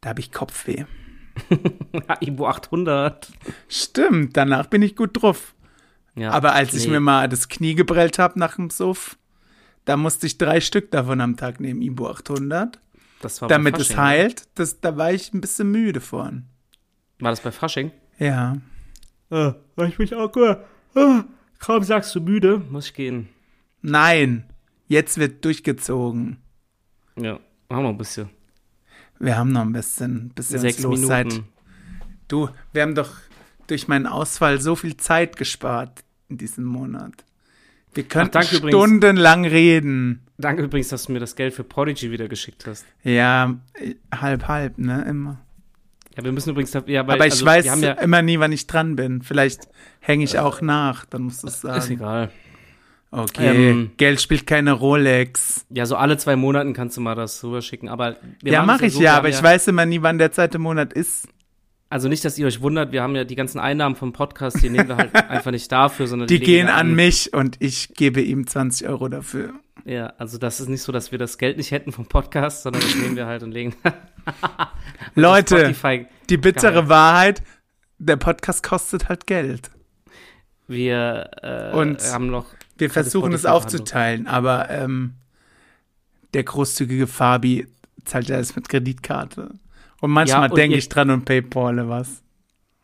Speaker 1: Da habe ich Kopfweh.
Speaker 2: Ibo 800.
Speaker 1: Stimmt, danach bin ich gut drauf.
Speaker 2: Ja,
Speaker 1: Aber als ich
Speaker 2: nee.
Speaker 1: mir mal das Knie gebrellt habe nach dem Suff, da musste ich drei Stück davon am Tag nehmen, Ibu 800.
Speaker 2: das war bei
Speaker 1: Damit es
Speaker 2: Fasching. ne?
Speaker 1: heilt, das, da war ich ein bisschen müde von.
Speaker 2: War das bei Fasching?
Speaker 1: Ja.
Speaker 2: Äh, ich mich auch äh, Kaum sagst du müde, muss ich gehen.
Speaker 1: Nein, jetzt wird durchgezogen.
Speaker 2: Ja, haben wir ein bisschen.
Speaker 1: Wir haben noch ein bisschen, bis ihr
Speaker 2: Sechs
Speaker 1: uns los
Speaker 2: Minuten.
Speaker 1: seid. Du, wir haben doch durch meinen Ausfall so viel Zeit gespart in diesem Monat. Wir könnten
Speaker 2: danke übrigens.
Speaker 1: stundenlang reden.
Speaker 2: Danke übrigens, dass du mir das Geld für Prodigy wieder geschickt hast.
Speaker 1: Ja, äh, halb, halb, ne, immer.
Speaker 2: Ja, wir müssen übrigens, da- ja, weil,
Speaker 1: Aber ich
Speaker 2: also,
Speaker 1: weiß
Speaker 2: wir haben ja,
Speaker 1: immer nie, wann ich dran bin. Vielleicht hänge ich auch nach, dann musst du es
Speaker 2: ist
Speaker 1: sagen.
Speaker 2: egal.
Speaker 1: Okay,
Speaker 2: Ähm.
Speaker 1: Geld spielt keine Rolex.
Speaker 2: Ja, so alle zwei Monaten kannst du mal das rüberschicken, aber wir
Speaker 1: ja,
Speaker 2: machen es
Speaker 1: mache ich
Speaker 2: so, wir
Speaker 1: ja,
Speaker 2: haben
Speaker 1: aber ich weiß immer nie, wann der zweite Monat ist.
Speaker 2: Also nicht, dass ihr euch wundert, wir haben ja die ganzen Einnahmen vom Podcast, die nehmen wir halt einfach nicht dafür, sondern
Speaker 1: Die
Speaker 2: legen wir
Speaker 1: gehen an mich und ich gebe ihm 20 Euro dafür.
Speaker 2: Ja, also das ist nicht so, dass wir das Geld nicht hätten vom Podcast, sondern das nehmen wir halt und legen
Speaker 1: Leute,
Speaker 2: Spotify.
Speaker 1: die bittere
Speaker 2: Geil.
Speaker 1: Wahrheit, der Podcast kostet halt Geld.
Speaker 2: Wir äh,
Speaker 1: Und
Speaker 2: haben noch
Speaker 1: Wir
Speaker 2: Keine
Speaker 1: versuchen es
Speaker 2: Spotify-Verhandlung.
Speaker 1: aufzuteilen, aber ähm, der großzügige Fabi zahlt ja alles mit Kreditkarte. Und manchmal
Speaker 2: Ja, und
Speaker 1: denke
Speaker 2: ihr-
Speaker 1: ich dran und Paypal was.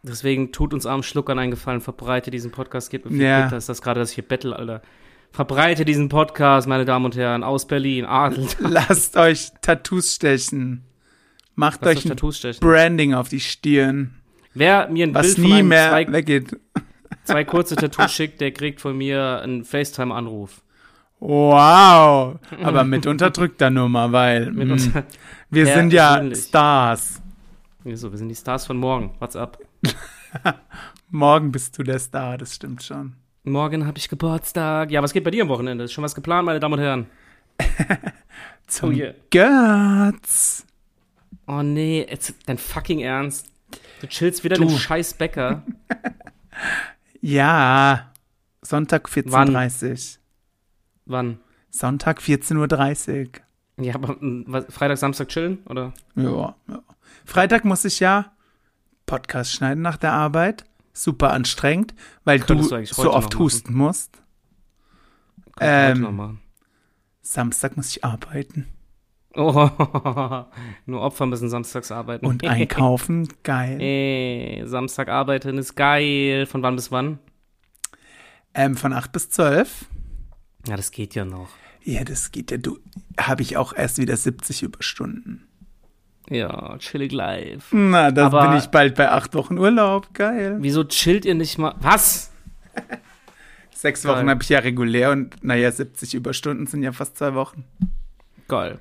Speaker 2: Deswegen tut uns armen Schluckern einen Gefallen, verbreite diesen Podcast, gebt mir viel
Speaker 1: Ja.
Speaker 2: Twitter, ist das gerade, dass ich hier bettel, Alter. Verbreite diesen Podcast, meine Damen und Herren, aus Berlin, Adel.
Speaker 1: Lasst euch Tattoos stechen. Macht
Speaker 2: Lasst euch
Speaker 1: euch ein
Speaker 2: Tattoos stechen.
Speaker 1: Branding auf die Stirn,
Speaker 2: Wer mir ein
Speaker 1: was
Speaker 2: Bild von
Speaker 1: nie
Speaker 2: einem
Speaker 1: mehr
Speaker 2: zwei,
Speaker 1: weggeht.
Speaker 2: zwei kurze Tattoos schickt, der kriegt von mir einen FaceTime-Anruf.
Speaker 1: Wow. Aber mit unterdrückter Nummer, weil
Speaker 2: Mit
Speaker 1: mm,
Speaker 2: uns.
Speaker 1: wir
Speaker 2: Ja,
Speaker 1: sind ja
Speaker 2: persönlich.
Speaker 1: Stars.
Speaker 2: So, wir sind die Stars von morgen. What's up?
Speaker 1: Morgen bist du der Star, das stimmt schon.
Speaker 2: Morgen habe ich Geburtstag. Ja, was geht bei dir am Wochenende? Ist schon was geplant, meine Damen und Herren?
Speaker 1: Zum
Speaker 2: Oh yeah.
Speaker 1: Götz.
Speaker 2: Oh nee, jetzt dein fucking Ernst. Du chillst wieder
Speaker 1: Du.
Speaker 2: in dem scheiß Bäcker.
Speaker 1: Ja, Sonntag 14.30 Uhr.
Speaker 2: Wann?
Speaker 1: Sonntag 14.30
Speaker 2: Ja, aber mm, was, Freitag, Samstag chillen, oder?
Speaker 1: Uhr. Ja, ja. Freitag muss ich ja Podcast schneiden nach der Arbeit. Super anstrengend, weil du,
Speaker 2: Könntest du eigentlich heute
Speaker 1: so oft
Speaker 2: noch machen.
Speaker 1: husten musst.
Speaker 2: Kannst du heute
Speaker 1: Ähm.
Speaker 2: noch machen.
Speaker 1: Samstag muss ich arbeiten
Speaker 2: Oh, nur Opfer müssen samstags arbeiten.
Speaker 1: und einkaufen. Geil.
Speaker 2: Ey, Samstag arbeiten ist geil. Von wann bis wann?
Speaker 1: Ähm, von 8 bis 12.
Speaker 2: Ja, das geht ja noch.
Speaker 1: Ja, das geht ja. Du habe ich auch erst wieder 70 Überstunden.
Speaker 2: Ja, chillig live.
Speaker 1: Na, da
Speaker 2: Aber-
Speaker 1: bin ich bald bei acht Wochen Urlaub. Geil.
Speaker 2: Wieso chillt ihr nicht mal? Was?
Speaker 1: Sechs
Speaker 2: Geil.
Speaker 1: Wochen habe ich ja regulär und naja, 70 Überstunden sind ja fast zwei Wochen.
Speaker 2: Geil.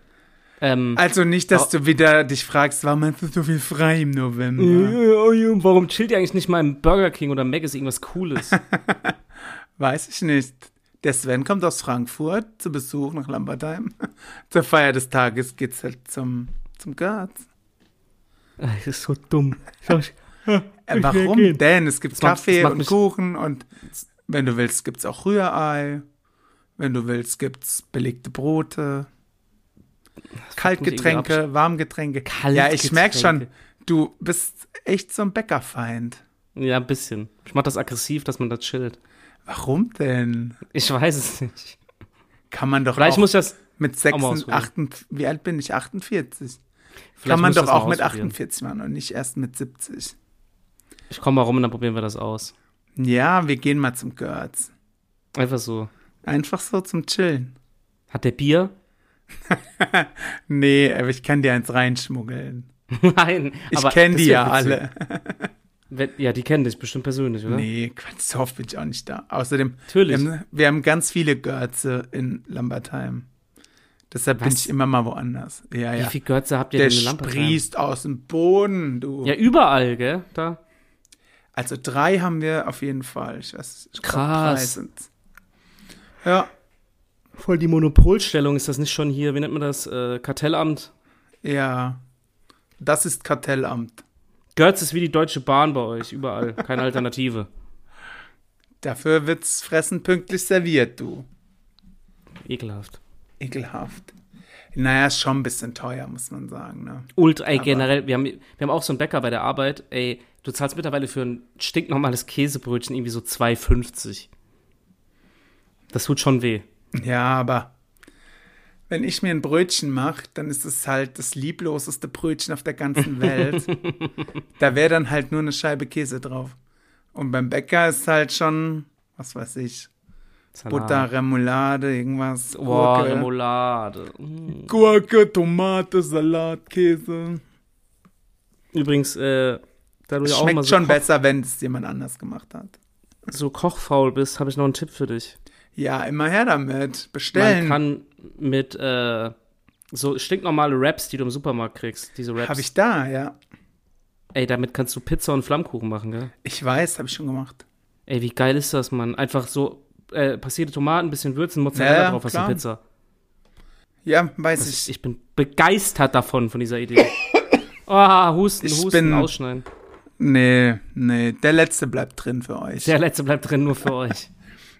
Speaker 2: Ähm,
Speaker 1: Also nicht, dass
Speaker 2: Oh.
Speaker 1: du wieder dich fragst, warum hast du so viel frei im November?
Speaker 2: warum chillt ihr eigentlich nicht mal im Burger King oder Mac ist irgendwas Cooles?
Speaker 1: Weiß ich nicht. Der Sven kommt aus Frankfurt zu Besuch nach Lambertheim. Zur Feier des Tages geht's halt zum, zum Garz.
Speaker 2: das ist so dumm. Ich-
Speaker 1: Äh,
Speaker 2: Ich will
Speaker 1: warum
Speaker 2: gehen.
Speaker 1: denn? Es gibt
Speaker 2: macht- das
Speaker 1: Kaffee
Speaker 2: macht
Speaker 1: und
Speaker 2: mich-
Speaker 1: Kuchen und wenn du willst, gibt's auch Rührei. Wenn du willst, gibt's belegte Brote,
Speaker 2: irgendwie
Speaker 1: Kaltgetränke, Warmgetränke. Ja, ich
Speaker 2: Kaltgetränke.
Speaker 1: merk schon, du bist echt so ein Bäckerfeind.
Speaker 2: Ja, ein bisschen. Ich mach das aggressiv, dass man da chillt.
Speaker 1: Warum denn?
Speaker 2: Ich weiß es nicht.
Speaker 1: Kann man doch
Speaker 2: Vielleicht
Speaker 1: auch
Speaker 2: muss ich das.
Speaker 1: mit
Speaker 2: auch mal
Speaker 1: 6,
Speaker 2: ausprobieren.
Speaker 1: 8, wie alt bin ich? 48.
Speaker 2: Vielleicht
Speaker 1: Kann man
Speaker 2: muss ich
Speaker 1: doch
Speaker 2: das mal
Speaker 1: auch mit
Speaker 2: ausprobieren.
Speaker 1: 48 machen und nicht erst mit 70.
Speaker 2: Ich komme mal rum und dann probieren wir das aus.
Speaker 1: Ja, wir gehen mal zum Götz.
Speaker 2: Einfach so.
Speaker 1: Einfach so zum Chillen.
Speaker 2: Hat der Bier?
Speaker 1: Nee, aber ich kann dir eins reinschmuggeln.
Speaker 2: Nein.
Speaker 1: Ich
Speaker 2: aber
Speaker 1: kenne
Speaker 2: das
Speaker 1: die
Speaker 2: wär
Speaker 1: ja
Speaker 2: witzig.
Speaker 1: alle.
Speaker 2: Wenn- Ja, die kennen dich bestimmt persönlich, oder?
Speaker 1: Nee, Quatsch, so oft bin ich auch nicht da. Außerdem, wir
Speaker 2: Natürlich.
Speaker 1: haben, wir haben ganz viele Görze in Lambertheim. Deshalb bin
Speaker 2: Was?
Speaker 1: ich immer mal woanders. Ja,
Speaker 2: Wie
Speaker 1: ja.
Speaker 2: viel Götze habt ihr
Speaker 1: Der
Speaker 2: denn in Lampe?
Speaker 1: sprießt aus dem Boden, du.
Speaker 2: Ja, überall, gell? Da.
Speaker 1: Also drei haben wir auf jeden Fall. Ich weiß, ich glaub,
Speaker 2: Krass.
Speaker 1: drei sind's. Ja,
Speaker 2: Voll die Monopolstellung. Ist das nicht schon hier, wie nennt man das? Äh, Kartellamt?
Speaker 1: ja. Das ist Kartellamt.
Speaker 2: Götz ist wie die Deutsche Bahn bei euch, überall. Keine Alternative.
Speaker 1: Dafür wird's fressen pünktlich serviert, du.
Speaker 2: Ekelhaft.
Speaker 1: Ekelhaft. Naja, ist schon ein bisschen teuer, muss man sagen. Ne?
Speaker 2: Ult, ey,
Speaker 1: Aber-
Speaker 2: generell, wir haben, wir haben auch so einen Bäcker bei der Arbeit, ey, du zahlst mittlerweile für ein stinknormales Käsebrötchen irgendwie so 2,50. Das tut schon weh.
Speaker 1: Ja, aber wenn ich mir ein Brötchen mache, dann ist es halt das liebloseste Brötchen auf der ganzen Welt. da wäre dann halt nur eine Scheibe Käse drauf. Und beim Bäcker ist halt schon, was weiß ich,
Speaker 2: Salat.
Speaker 1: Butter, Remoulade, irgendwas.
Speaker 2: Boah, ne?
Speaker 1: Gurke.
Speaker 2: Remoulade. Mm.
Speaker 1: Gurke, Tomate, Salat, Käse.
Speaker 2: Übrigens, äh, da du ja
Speaker 1: Es
Speaker 2: auch mal
Speaker 1: schmeckt
Speaker 2: so,
Speaker 1: schon
Speaker 2: ko
Speaker 1: besser, wenn es jemand anders gemacht hat.
Speaker 2: so kochfaul bist, habe ich noch einen Tipp für dich.
Speaker 1: Ja, immer her damit.
Speaker 2: Man
Speaker 1: Bestellen.
Speaker 2: kann mit äh, so stinknormale Wraps, die du im Supermarkt kriegst, diese Wraps,
Speaker 1: Habe ich da, ja.
Speaker 2: ey, damit kannst du Pizza und Flammkuchen machen, gell?
Speaker 1: Ich weiß, habe ich schon gemacht.
Speaker 2: Ey, wie geil ist das, Mann? Einfach so äh, passierte Tomaten, bisschen Würzen, Mozzarella
Speaker 1: Ja,
Speaker 2: drauf, hast du
Speaker 1: klar.
Speaker 2: Pizza.
Speaker 1: Ja, weiß
Speaker 2: Das,
Speaker 1: ich.
Speaker 2: ich bin begeistert davon, von dieser Idee. Ah, husten,
Speaker 1: Ich
Speaker 2: husten,
Speaker 1: bin-
Speaker 2: ausschneiden.
Speaker 1: Nee, nee, der letzte bleibt drin für euch.
Speaker 2: Der letzte bleibt drin, nur für euch.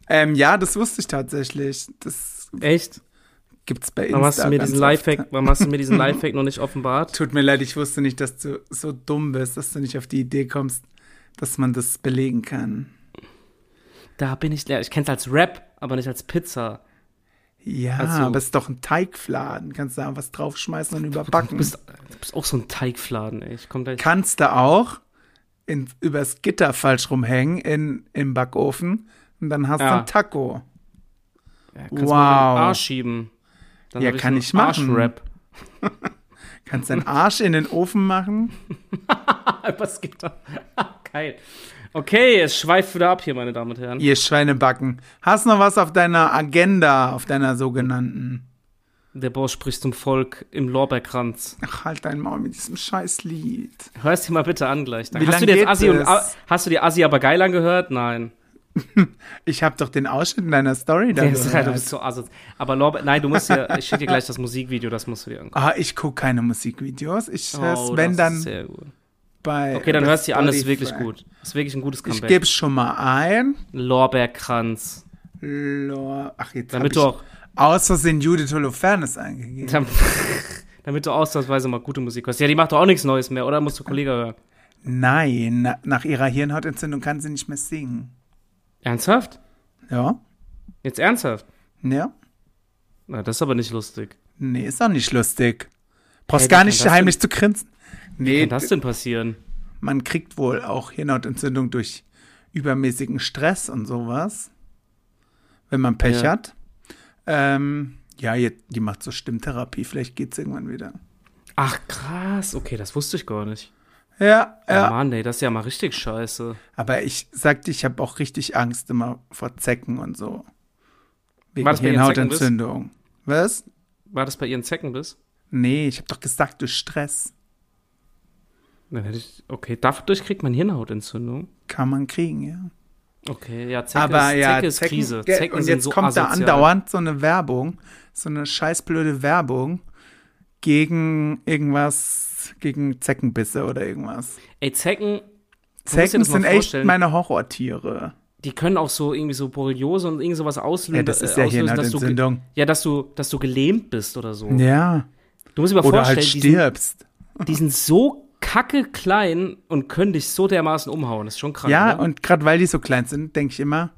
Speaker 1: Ähm, ja, das wusste ich tatsächlich. Das
Speaker 2: Echt?
Speaker 1: gibt's bei Insta.
Speaker 2: Warum hast du mir
Speaker 1: ganz
Speaker 2: diesen
Speaker 1: oft.
Speaker 2: Lifehack, warum hast du mir diesen Lifehack noch nicht offenbart?
Speaker 1: Tut mir leid, ich wusste nicht, dass du so dumm bist, dass du nicht auf die Idee kommst, dass man das belegen kann.
Speaker 2: Da bin ich leer. Ich kenn's als Rap, aber nicht als Pizza.
Speaker 1: Ja,
Speaker 2: Ach so.
Speaker 1: aber es ist doch ein Teigfladen. Kannst da was draufschmeißen und
Speaker 2: Du
Speaker 1: überbacken.
Speaker 2: bist, du bist auch so ein Teigfladen, ey. Ich komm gleich.
Speaker 1: Kannst du auch in, übers Gitter falsch rumhängen in, im Backofen und dann hast du
Speaker 2: Ja.
Speaker 1: ein Taco.
Speaker 2: Ja, kannst du mal
Speaker 1: Wow.
Speaker 2: den Arsch schieben. Dann
Speaker 1: Ja,
Speaker 2: hab
Speaker 1: kann
Speaker 2: einen
Speaker 1: ich machen.
Speaker 2: Arschrap.
Speaker 1: Kannst deinen Arsch in den Ofen machen.
Speaker 2: Was gibt da? Geil. Okay, es schweift wieder ab hier, meine Damen und Herren.
Speaker 1: Ihr Schweinebacken. Hast noch was auf deiner Agenda, auf deiner sogenannten?
Speaker 2: Der Boss spricht zum Volk im Lorbeerkranz.
Speaker 1: Ach, halt dein Maul mit diesem Scheißlied.
Speaker 2: Hörst dir mal bitte an gleich.
Speaker 1: Wie lang
Speaker 2: hast du dir jetzt
Speaker 1: geht
Speaker 2: Assi und
Speaker 1: es?
Speaker 2: A hast du dir Assi aber geil angehört? Nein.
Speaker 1: Ich habe doch den Ausschnitt in deiner Story da
Speaker 2: Der ist, halt, du
Speaker 1: gehört.
Speaker 2: bist so assi. Aber Lorbe nein, du musst dir, ich schicke dir gleich das Musikvideo, das musst du dir angucken.
Speaker 1: Ah, ich gucke keine Musikvideos. Ich höre
Speaker 2: Oh,
Speaker 1: Sven
Speaker 2: das
Speaker 1: dann
Speaker 2: ist sehr gut.
Speaker 1: bei.
Speaker 2: Okay, dann
Speaker 1: bei
Speaker 2: hörst du dir an, das ist
Speaker 1: Spotify.
Speaker 2: wirklich gut. Das ist wirklich ein gutes
Speaker 1: Ich
Speaker 2: Comeback.
Speaker 1: gebe schon mal ein.
Speaker 2: Lorbeerkranz.
Speaker 1: Lor- Ach, jetzt hab
Speaker 2: Damit
Speaker 1: ich
Speaker 2: du auch,
Speaker 1: aus Versehen Judith Holofernes eingegeben.
Speaker 2: damit, damit du ausnahmsweise mal gute Musik hörst. Ja, die macht doch auch nichts Neues mehr, oder? Musst du Kollege hören.
Speaker 1: Nein, na, nach ihrer Hirnhautentzündung kann sie nicht mehr singen.
Speaker 2: Ernsthaft?
Speaker 1: Ja?
Speaker 2: Jetzt ernsthaft?
Speaker 1: Ja?
Speaker 2: Na, das ist aber nicht lustig.
Speaker 1: Nee, ist doch nicht lustig. Brauchst
Speaker 2: Hey, wie
Speaker 1: gar
Speaker 2: kann
Speaker 1: nicht
Speaker 2: das
Speaker 1: heimlich zu grinsen.
Speaker 2: Wie
Speaker 1: Nee,
Speaker 2: kann das denn passieren?
Speaker 1: man kriegt wohl auch Hirnhautentzündung durch übermäßigen Stress und sowas, wenn man Pech
Speaker 2: Ja.
Speaker 1: hat. Ähm, ja, jetzt, die macht so Stimmtherapie, vielleicht geht's irgendwann wieder.
Speaker 2: Ach krass, okay, das wusste ich gar nicht.
Speaker 1: Ja, ja.
Speaker 2: Oh Mann, ey, das ist ja mal richtig scheiße.
Speaker 1: Aber ich sagte, ich habe auch richtig Angst immer vor Zecken und so. Wegen
Speaker 2: War das bei Ihren
Speaker 1: Hirnhautentzündung. Was?
Speaker 2: War das bei Ihren Zeckenbiss?
Speaker 1: Nee, ich habe doch gesagt, durch Stress
Speaker 2: Dann hätte ich, okay, dadurch kriegt man Hirnhautentzündung.
Speaker 1: kann man kriegen, ja.
Speaker 2: Okay, ja, Zecke
Speaker 1: Aber
Speaker 2: ist,
Speaker 1: ja,
Speaker 2: Zecke ist
Speaker 1: Zecken-
Speaker 2: Krise.
Speaker 1: ge-
Speaker 2: Zecken
Speaker 1: und
Speaker 2: sind
Speaker 1: jetzt
Speaker 2: so
Speaker 1: kommt da
Speaker 2: asozial.
Speaker 1: andauernd so eine Werbung, so eine scheißblöde Werbung gegen irgendwas, gegen Zeckenbisse oder irgendwas.
Speaker 2: Ey, Zecken, dir
Speaker 1: Zecken
Speaker 2: das mal
Speaker 1: sind echt
Speaker 2: vorstellen.
Speaker 1: meine Horrortiere.
Speaker 2: die können auch so irgendwie so Borreliose und irgend sowas auslösen.
Speaker 1: Ja, das ist ja
Speaker 2: äh, auslösen, dass du ge-
Speaker 1: Hirnhautentzündung.
Speaker 2: Ja, dass du, dass du gelähmt bist oder so.
Speaker 1: Ja.
Speaker 2: Du musst dir mal
Speaker 1: Oder
Speaker 2: vorstellen,
Speaker 1: halt
Speaker 2: die, sind,
Speaker 1: stirbst.
Speaker 2: die sind so kacke klein und können dich so dermaßen umhauen. Das ist schon krank. ne?
Speaker 1: Ja,
Speaker 2: oder?
Speaker 1: und gerade weil die so klein sind, denke ich immer,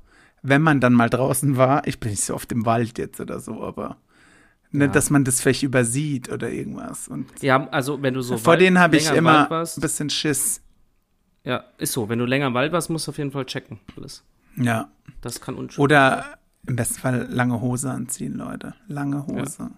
Speaker 1: wenn man dann mal draußen war, ich bin nicht so oft im Wald jetzt oder so, aber ne,
Speaker 2: Ja.
Speaker 1: dass man das vielleicht übersieht oder irgendwas. Und
Speaker 2: ja also wenn du so
Speaker 1: vor
Speaker 2: Wald-
Speaker 1: denen habe ich
Speaker 2: länger im
Speaker 1: immer
Speaker 2: Wald
Speaker 1: ein
Speaker 2: warst,
Speaker 1: bisschen Schiss.
Speaker 2: Ja, ist so. Wenn du länger im Wald warst, musst du auf jeden Fall checken. Alles.
Speaker 1: Ja.
Speaker 2: Das kann unschön.
Speaker 1: Oder im besten Fall lange Hose anziehen, Leute. Lange Hose.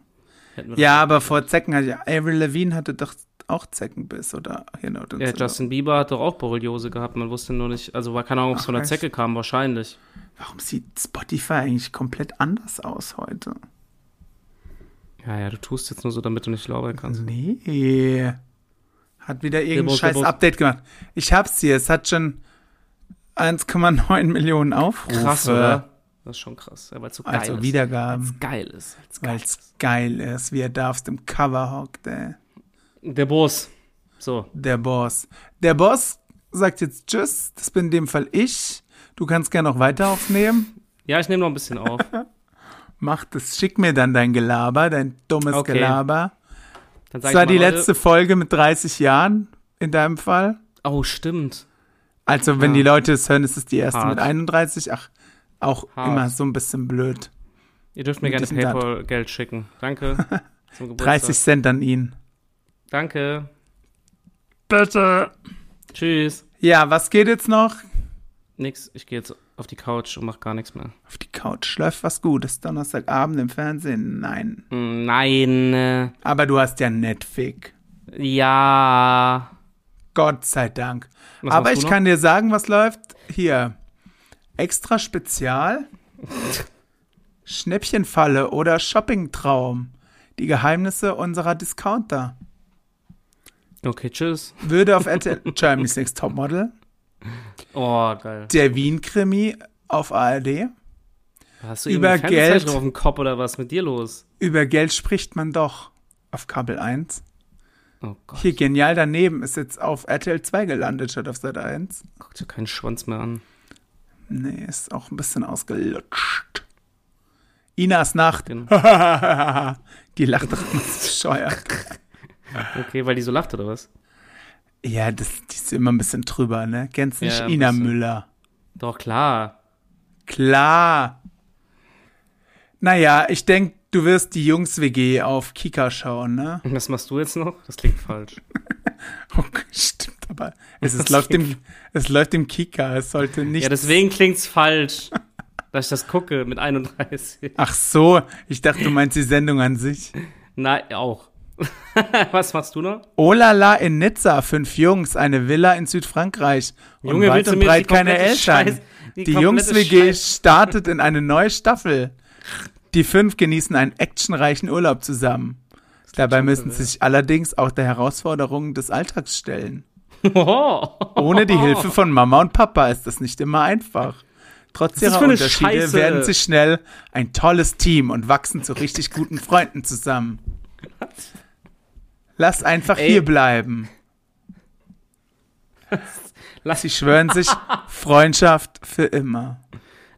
Speaker 2: hätten
Speaker 1: Oh, Ja,
Speaker 2: wir
Speaker 1: aber vor Zecken hatte ich. Avril Lavigne hatte doch auch Zeckenbiss oder
Speaker 2: das-
Speaker 1: Hirnhautentzündung.
Speaker 2: ja, Justin Bieber hat doch auch Borreliose gehabt. Man wusste nur nicht. Also war keine Ahnung, ob es von der
Speaker 1: echt?
Speaker 2: Zecke kam. Wahrscheinlich.
Speaker 1: Warum sieht Spotify eigentlich komplett anders aus heute?
Speaker 2: Ja, ja, du tust jetzt nur so, damit du nicht labern kannst.
Speaker 1: Nee. Hat wieder irgendein
Speaker 2: Gilbert,
Speaker 1: scheiß
Speaker 2: Gilbert.
Speaker 1: Update gemacht. Ich hab's hier. Es hat schon 1,9 Millionen Aufrufe.
Speaker 2: Krass, oder? Das ist schon krass. Ja, weil es so geil
Speaker 1: Also
Speaker 2: ist.
Speaker 1: Wiedergaben.
Speaker 2: Weil's geil ist. Weil's geil
Speaker 1: Weil's geil ist, wie er da auf dem Cover hockt, ey.
Speaker 2: ist. Der Boss. So.
Speaker 1: Der Boss. Der Boss sagt jetzt Tschüss. Das bin in dem Fall ich. Du kannst gerne noch weiter aufnehmen.
Speaker 2: Ja, ich nehme noch ein bisschen auf.
Speaker 1: Mach das. Schick mir dann dein Gelaber, dein dummes
Speaker 2: Okay.
Speaker 1: Gelaber.
Speaker 2: Dann sag
Speaker 1: Das
Speaker 2: ich
Speaker 1: war
Speaker 2: mal,
Speaker 1: die
Speaker 2: Leute-
Speaker 1: letzte Folge mit 30 Jahren in deinem Fall.
Speaker 2: Oh, stimmt.
Speaker 1: Also, wenn
Speaker 2: Ja.
Speaker 1: die Leute es hören, ist es die erste
Speaker 2: Hart.
Speaker 1: mit 31. Ach, auch
Speaker 2: Hart.
Speaker 1: immer so ein bisschen blöd.
Speaker 2: Ihr dürft mir
Speaker 1: Mit
Speaker 2: gerne
Speaker 1: diesem Datum.
Speaker 2: PayPal-Geld schicken. Danke. Zum Geburtstag.
Speaker 1: 30 Cent an ihn.
Speaker 2: Danke.
Speaker 1: Bitte.
Speaker 2: Tschüss.
Speaker 1: Ja, was geht jetzt noch?
Speaker 2: Nix. Ich gehe jetzt auf die Couch und mach gar nichts mehr.
Speaker 1: Auf die Couch. Läuft was Gutes. Donnerstagabend im Fernsehen? Nein.
Speaker 2: Hm, Nein. äh,
Speaker 1: Aber du hast ja Netflix.
Speaker 2: Ja.
Speaker 1: Gott sei Dank.
Speaker 2: Was
Speaker 1: Aber
Speaker 2: machst du
Speaker 1: ich
Speaker 2: noch?
Speaker 1: kann dir sagen, was läuft. Hier. Extra Spezial. Schnäppchenfalle oder Shoppingtraum. Die Geheimnisse unserer Discounter.
Speaker 2: Okay, tschüss.
Speaker 1: Würde auf RTL Germany's Next Topmodel.
Speaker 2: Oh, geil.
Speaker 1: Der Wien-Krimi auf ARD.
Speaker 2: Hast du
Speaker 1: Über
Speaker 2: irgendwie eine Fernsehzeichnung
Speaker 1: Geld.
Speaker 2: auf dem Kopf oder was? Mit dir los?
Speaker 1: Über Geld spricht man doch auf Kabel 1.
Speaker 2: Oh Gott,
Speaker 1: Hier genial daneben ist jetzt auf RTL 2 gelandet statt auf Sat 1.
Speaker 2: guck dir keinen Schwanz mehr an.
Speaker 1: Nee, ist auch ein bisschen ausgelutscht. Inas Nacht.
Speaker 2: Genau.
Speaker 1: Die lacht doch immer so bescheuert.
Speaker 2: Okay, weil die so lacht oder was?
Speaker 1: Ja, das, die ist immer ein bisschen drüber, ne? Kennst nicht
Speaker 2: Ja, ein
Speaker 1: Ina
Speaker 2: bisschen.
Speaker 1: Müller?
Speaker 2: Doch, klar.
Speaker 1: Klar. Naja, ich denke, du wirst die Jungs-WG auf Kika schauen, ne?
Speaker 2: Und was machst du jetzt noch? Das klingt falsch.
Speaker 1: Oh, stimmt, aber es,
Speaker 2: Das
Speaker 1: ist, läuft im, es läuft im Kika, es sollte nicht.
Speaker 2: Ja, deswegen klingt's falsch, dass ich das gucke mit 31.
Speaker 1: Ach so, ich dachte, du meinst die Sendung an sich.
Speaker 2: Nein, auch. was machst du noch?
Speaker 1: Oh la la in Nizza, fünf Jungs, eine Villa in Südfrankreich. Und
Speaker 2: Junge,
Speaker 1: weit
Speaker 2: willst du
Speaker 1: und
Speaker 2: mir
Speaker 1: breit
Speaker 2: die
Speaker 1: keine
Speaker 2: komplette
Speaker 1: Eltern.
Speaker 2: Scheiß- die
Speaker 1: die
Speaker 2: komplette
Speaker 1: Jungs-WG
Speaker 2: Scheiß-
Speaker 1: startet in eine neue Staffel. Die fünf genießen einen actionreichen Urlaub zusammen. Dabei müssen sie sich allerdings auch der Herausforderungen des Alltags stellen. Ohne die Hilfe von Mama und Papa ist das nicht immer einfach. Trotz
Speaker 2: Was ist
Speaker 1: ihrer
Speaker 2: für eine
Speaker 1: Unterschiede
Speaker 2: Scheiße?
Speaker 1: werden sie schnell ein tolles Team und wachsen zu richtig guten Freunden zusammen. Lass einfach
Speaker 2: Ey.
Speaker 1: hier bleiben.
Speaker 2: Lass,
Speaker 1: Sie schwören sich Freundschaft für immer.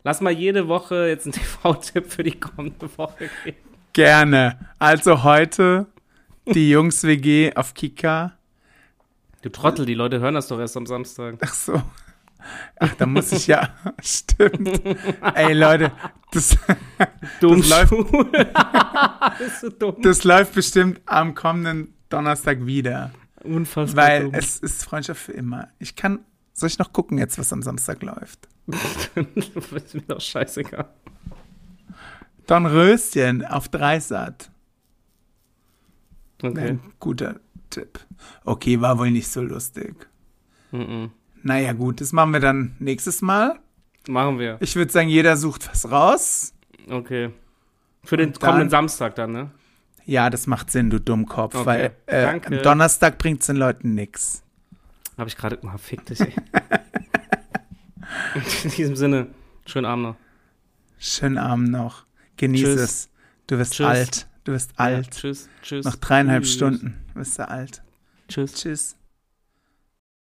Speaker 2: lass mal jede Woche jetzt einen TV-Tipp für die kommende Woche geben.
Speaker 1: Gerne. Also heute die Jungs WG auf Kika.
Speaker 2: Du Trottel, die Leute hören das doch erst am Samstag.
Speaker 1: Ach so. Ach, da muss ich ja. Stimmt. Ey Leute, das,
Speaker 2: Dumm
Speaker 1: läuft-
Speaker 2: Schuh. Bist du dumm?
Speaker 1: das läuft bestimmt am kommenden Donnerstag wieder.
Speaker 2: Unfassbar
Speaker 1: Weil
Speaker 2: dumm.
Speaker 1: es ist Freundschaft für immer. Ich kann. Soll ich noch gucken jetzt, was am Samstag läuft?
Speaker 2: ist mir doch scheißegal.
Speaker 1: Don Röschen auf Dreisat.
Speaker 2: Okay.
Speaker 1: Ein guter Tipp. Okay, war wohl nicht so lustig. Naja, gut, das machen wir dann nächstes Mal.
Speaker 2: Machen wir.
Speaker 1: Ich würde sagen, jeder sucht was raus.
Speaker 2: Okay. Für den
Speaker 1: Und dann-
Speaker 2: kommenden Samstag dann, ne?
Speaker 1: Ja, das macht Sinn, du Dummkopf,
Speaker 2: Okay,
Speaker 1: weil äh,
Speaker 2: danke.
Speaker 1: am Donnerstag bringt es den Leuten nichts.
Speaker 2: Habe ich gerade. Ah, fick dich, ey. In diesem Sinne, schönen Abend noch.
Speaker 1: Schönen Abend noch. Genieß
Speaker 2: Tschüss.
Speaker 1: es. Du wirst
Speaker 2: Tschüss.
Speaker 1: alt. Du wirst alt.
Speaker 2: Ja, tschüss, tschüss.
Speaker 1: Noch dreieinhalb
Speaker 2: Tschüss.
Speaker 1: Stunden bist du alt.
Speaker 2: Tschüss.
Speaker 1: Tschüss.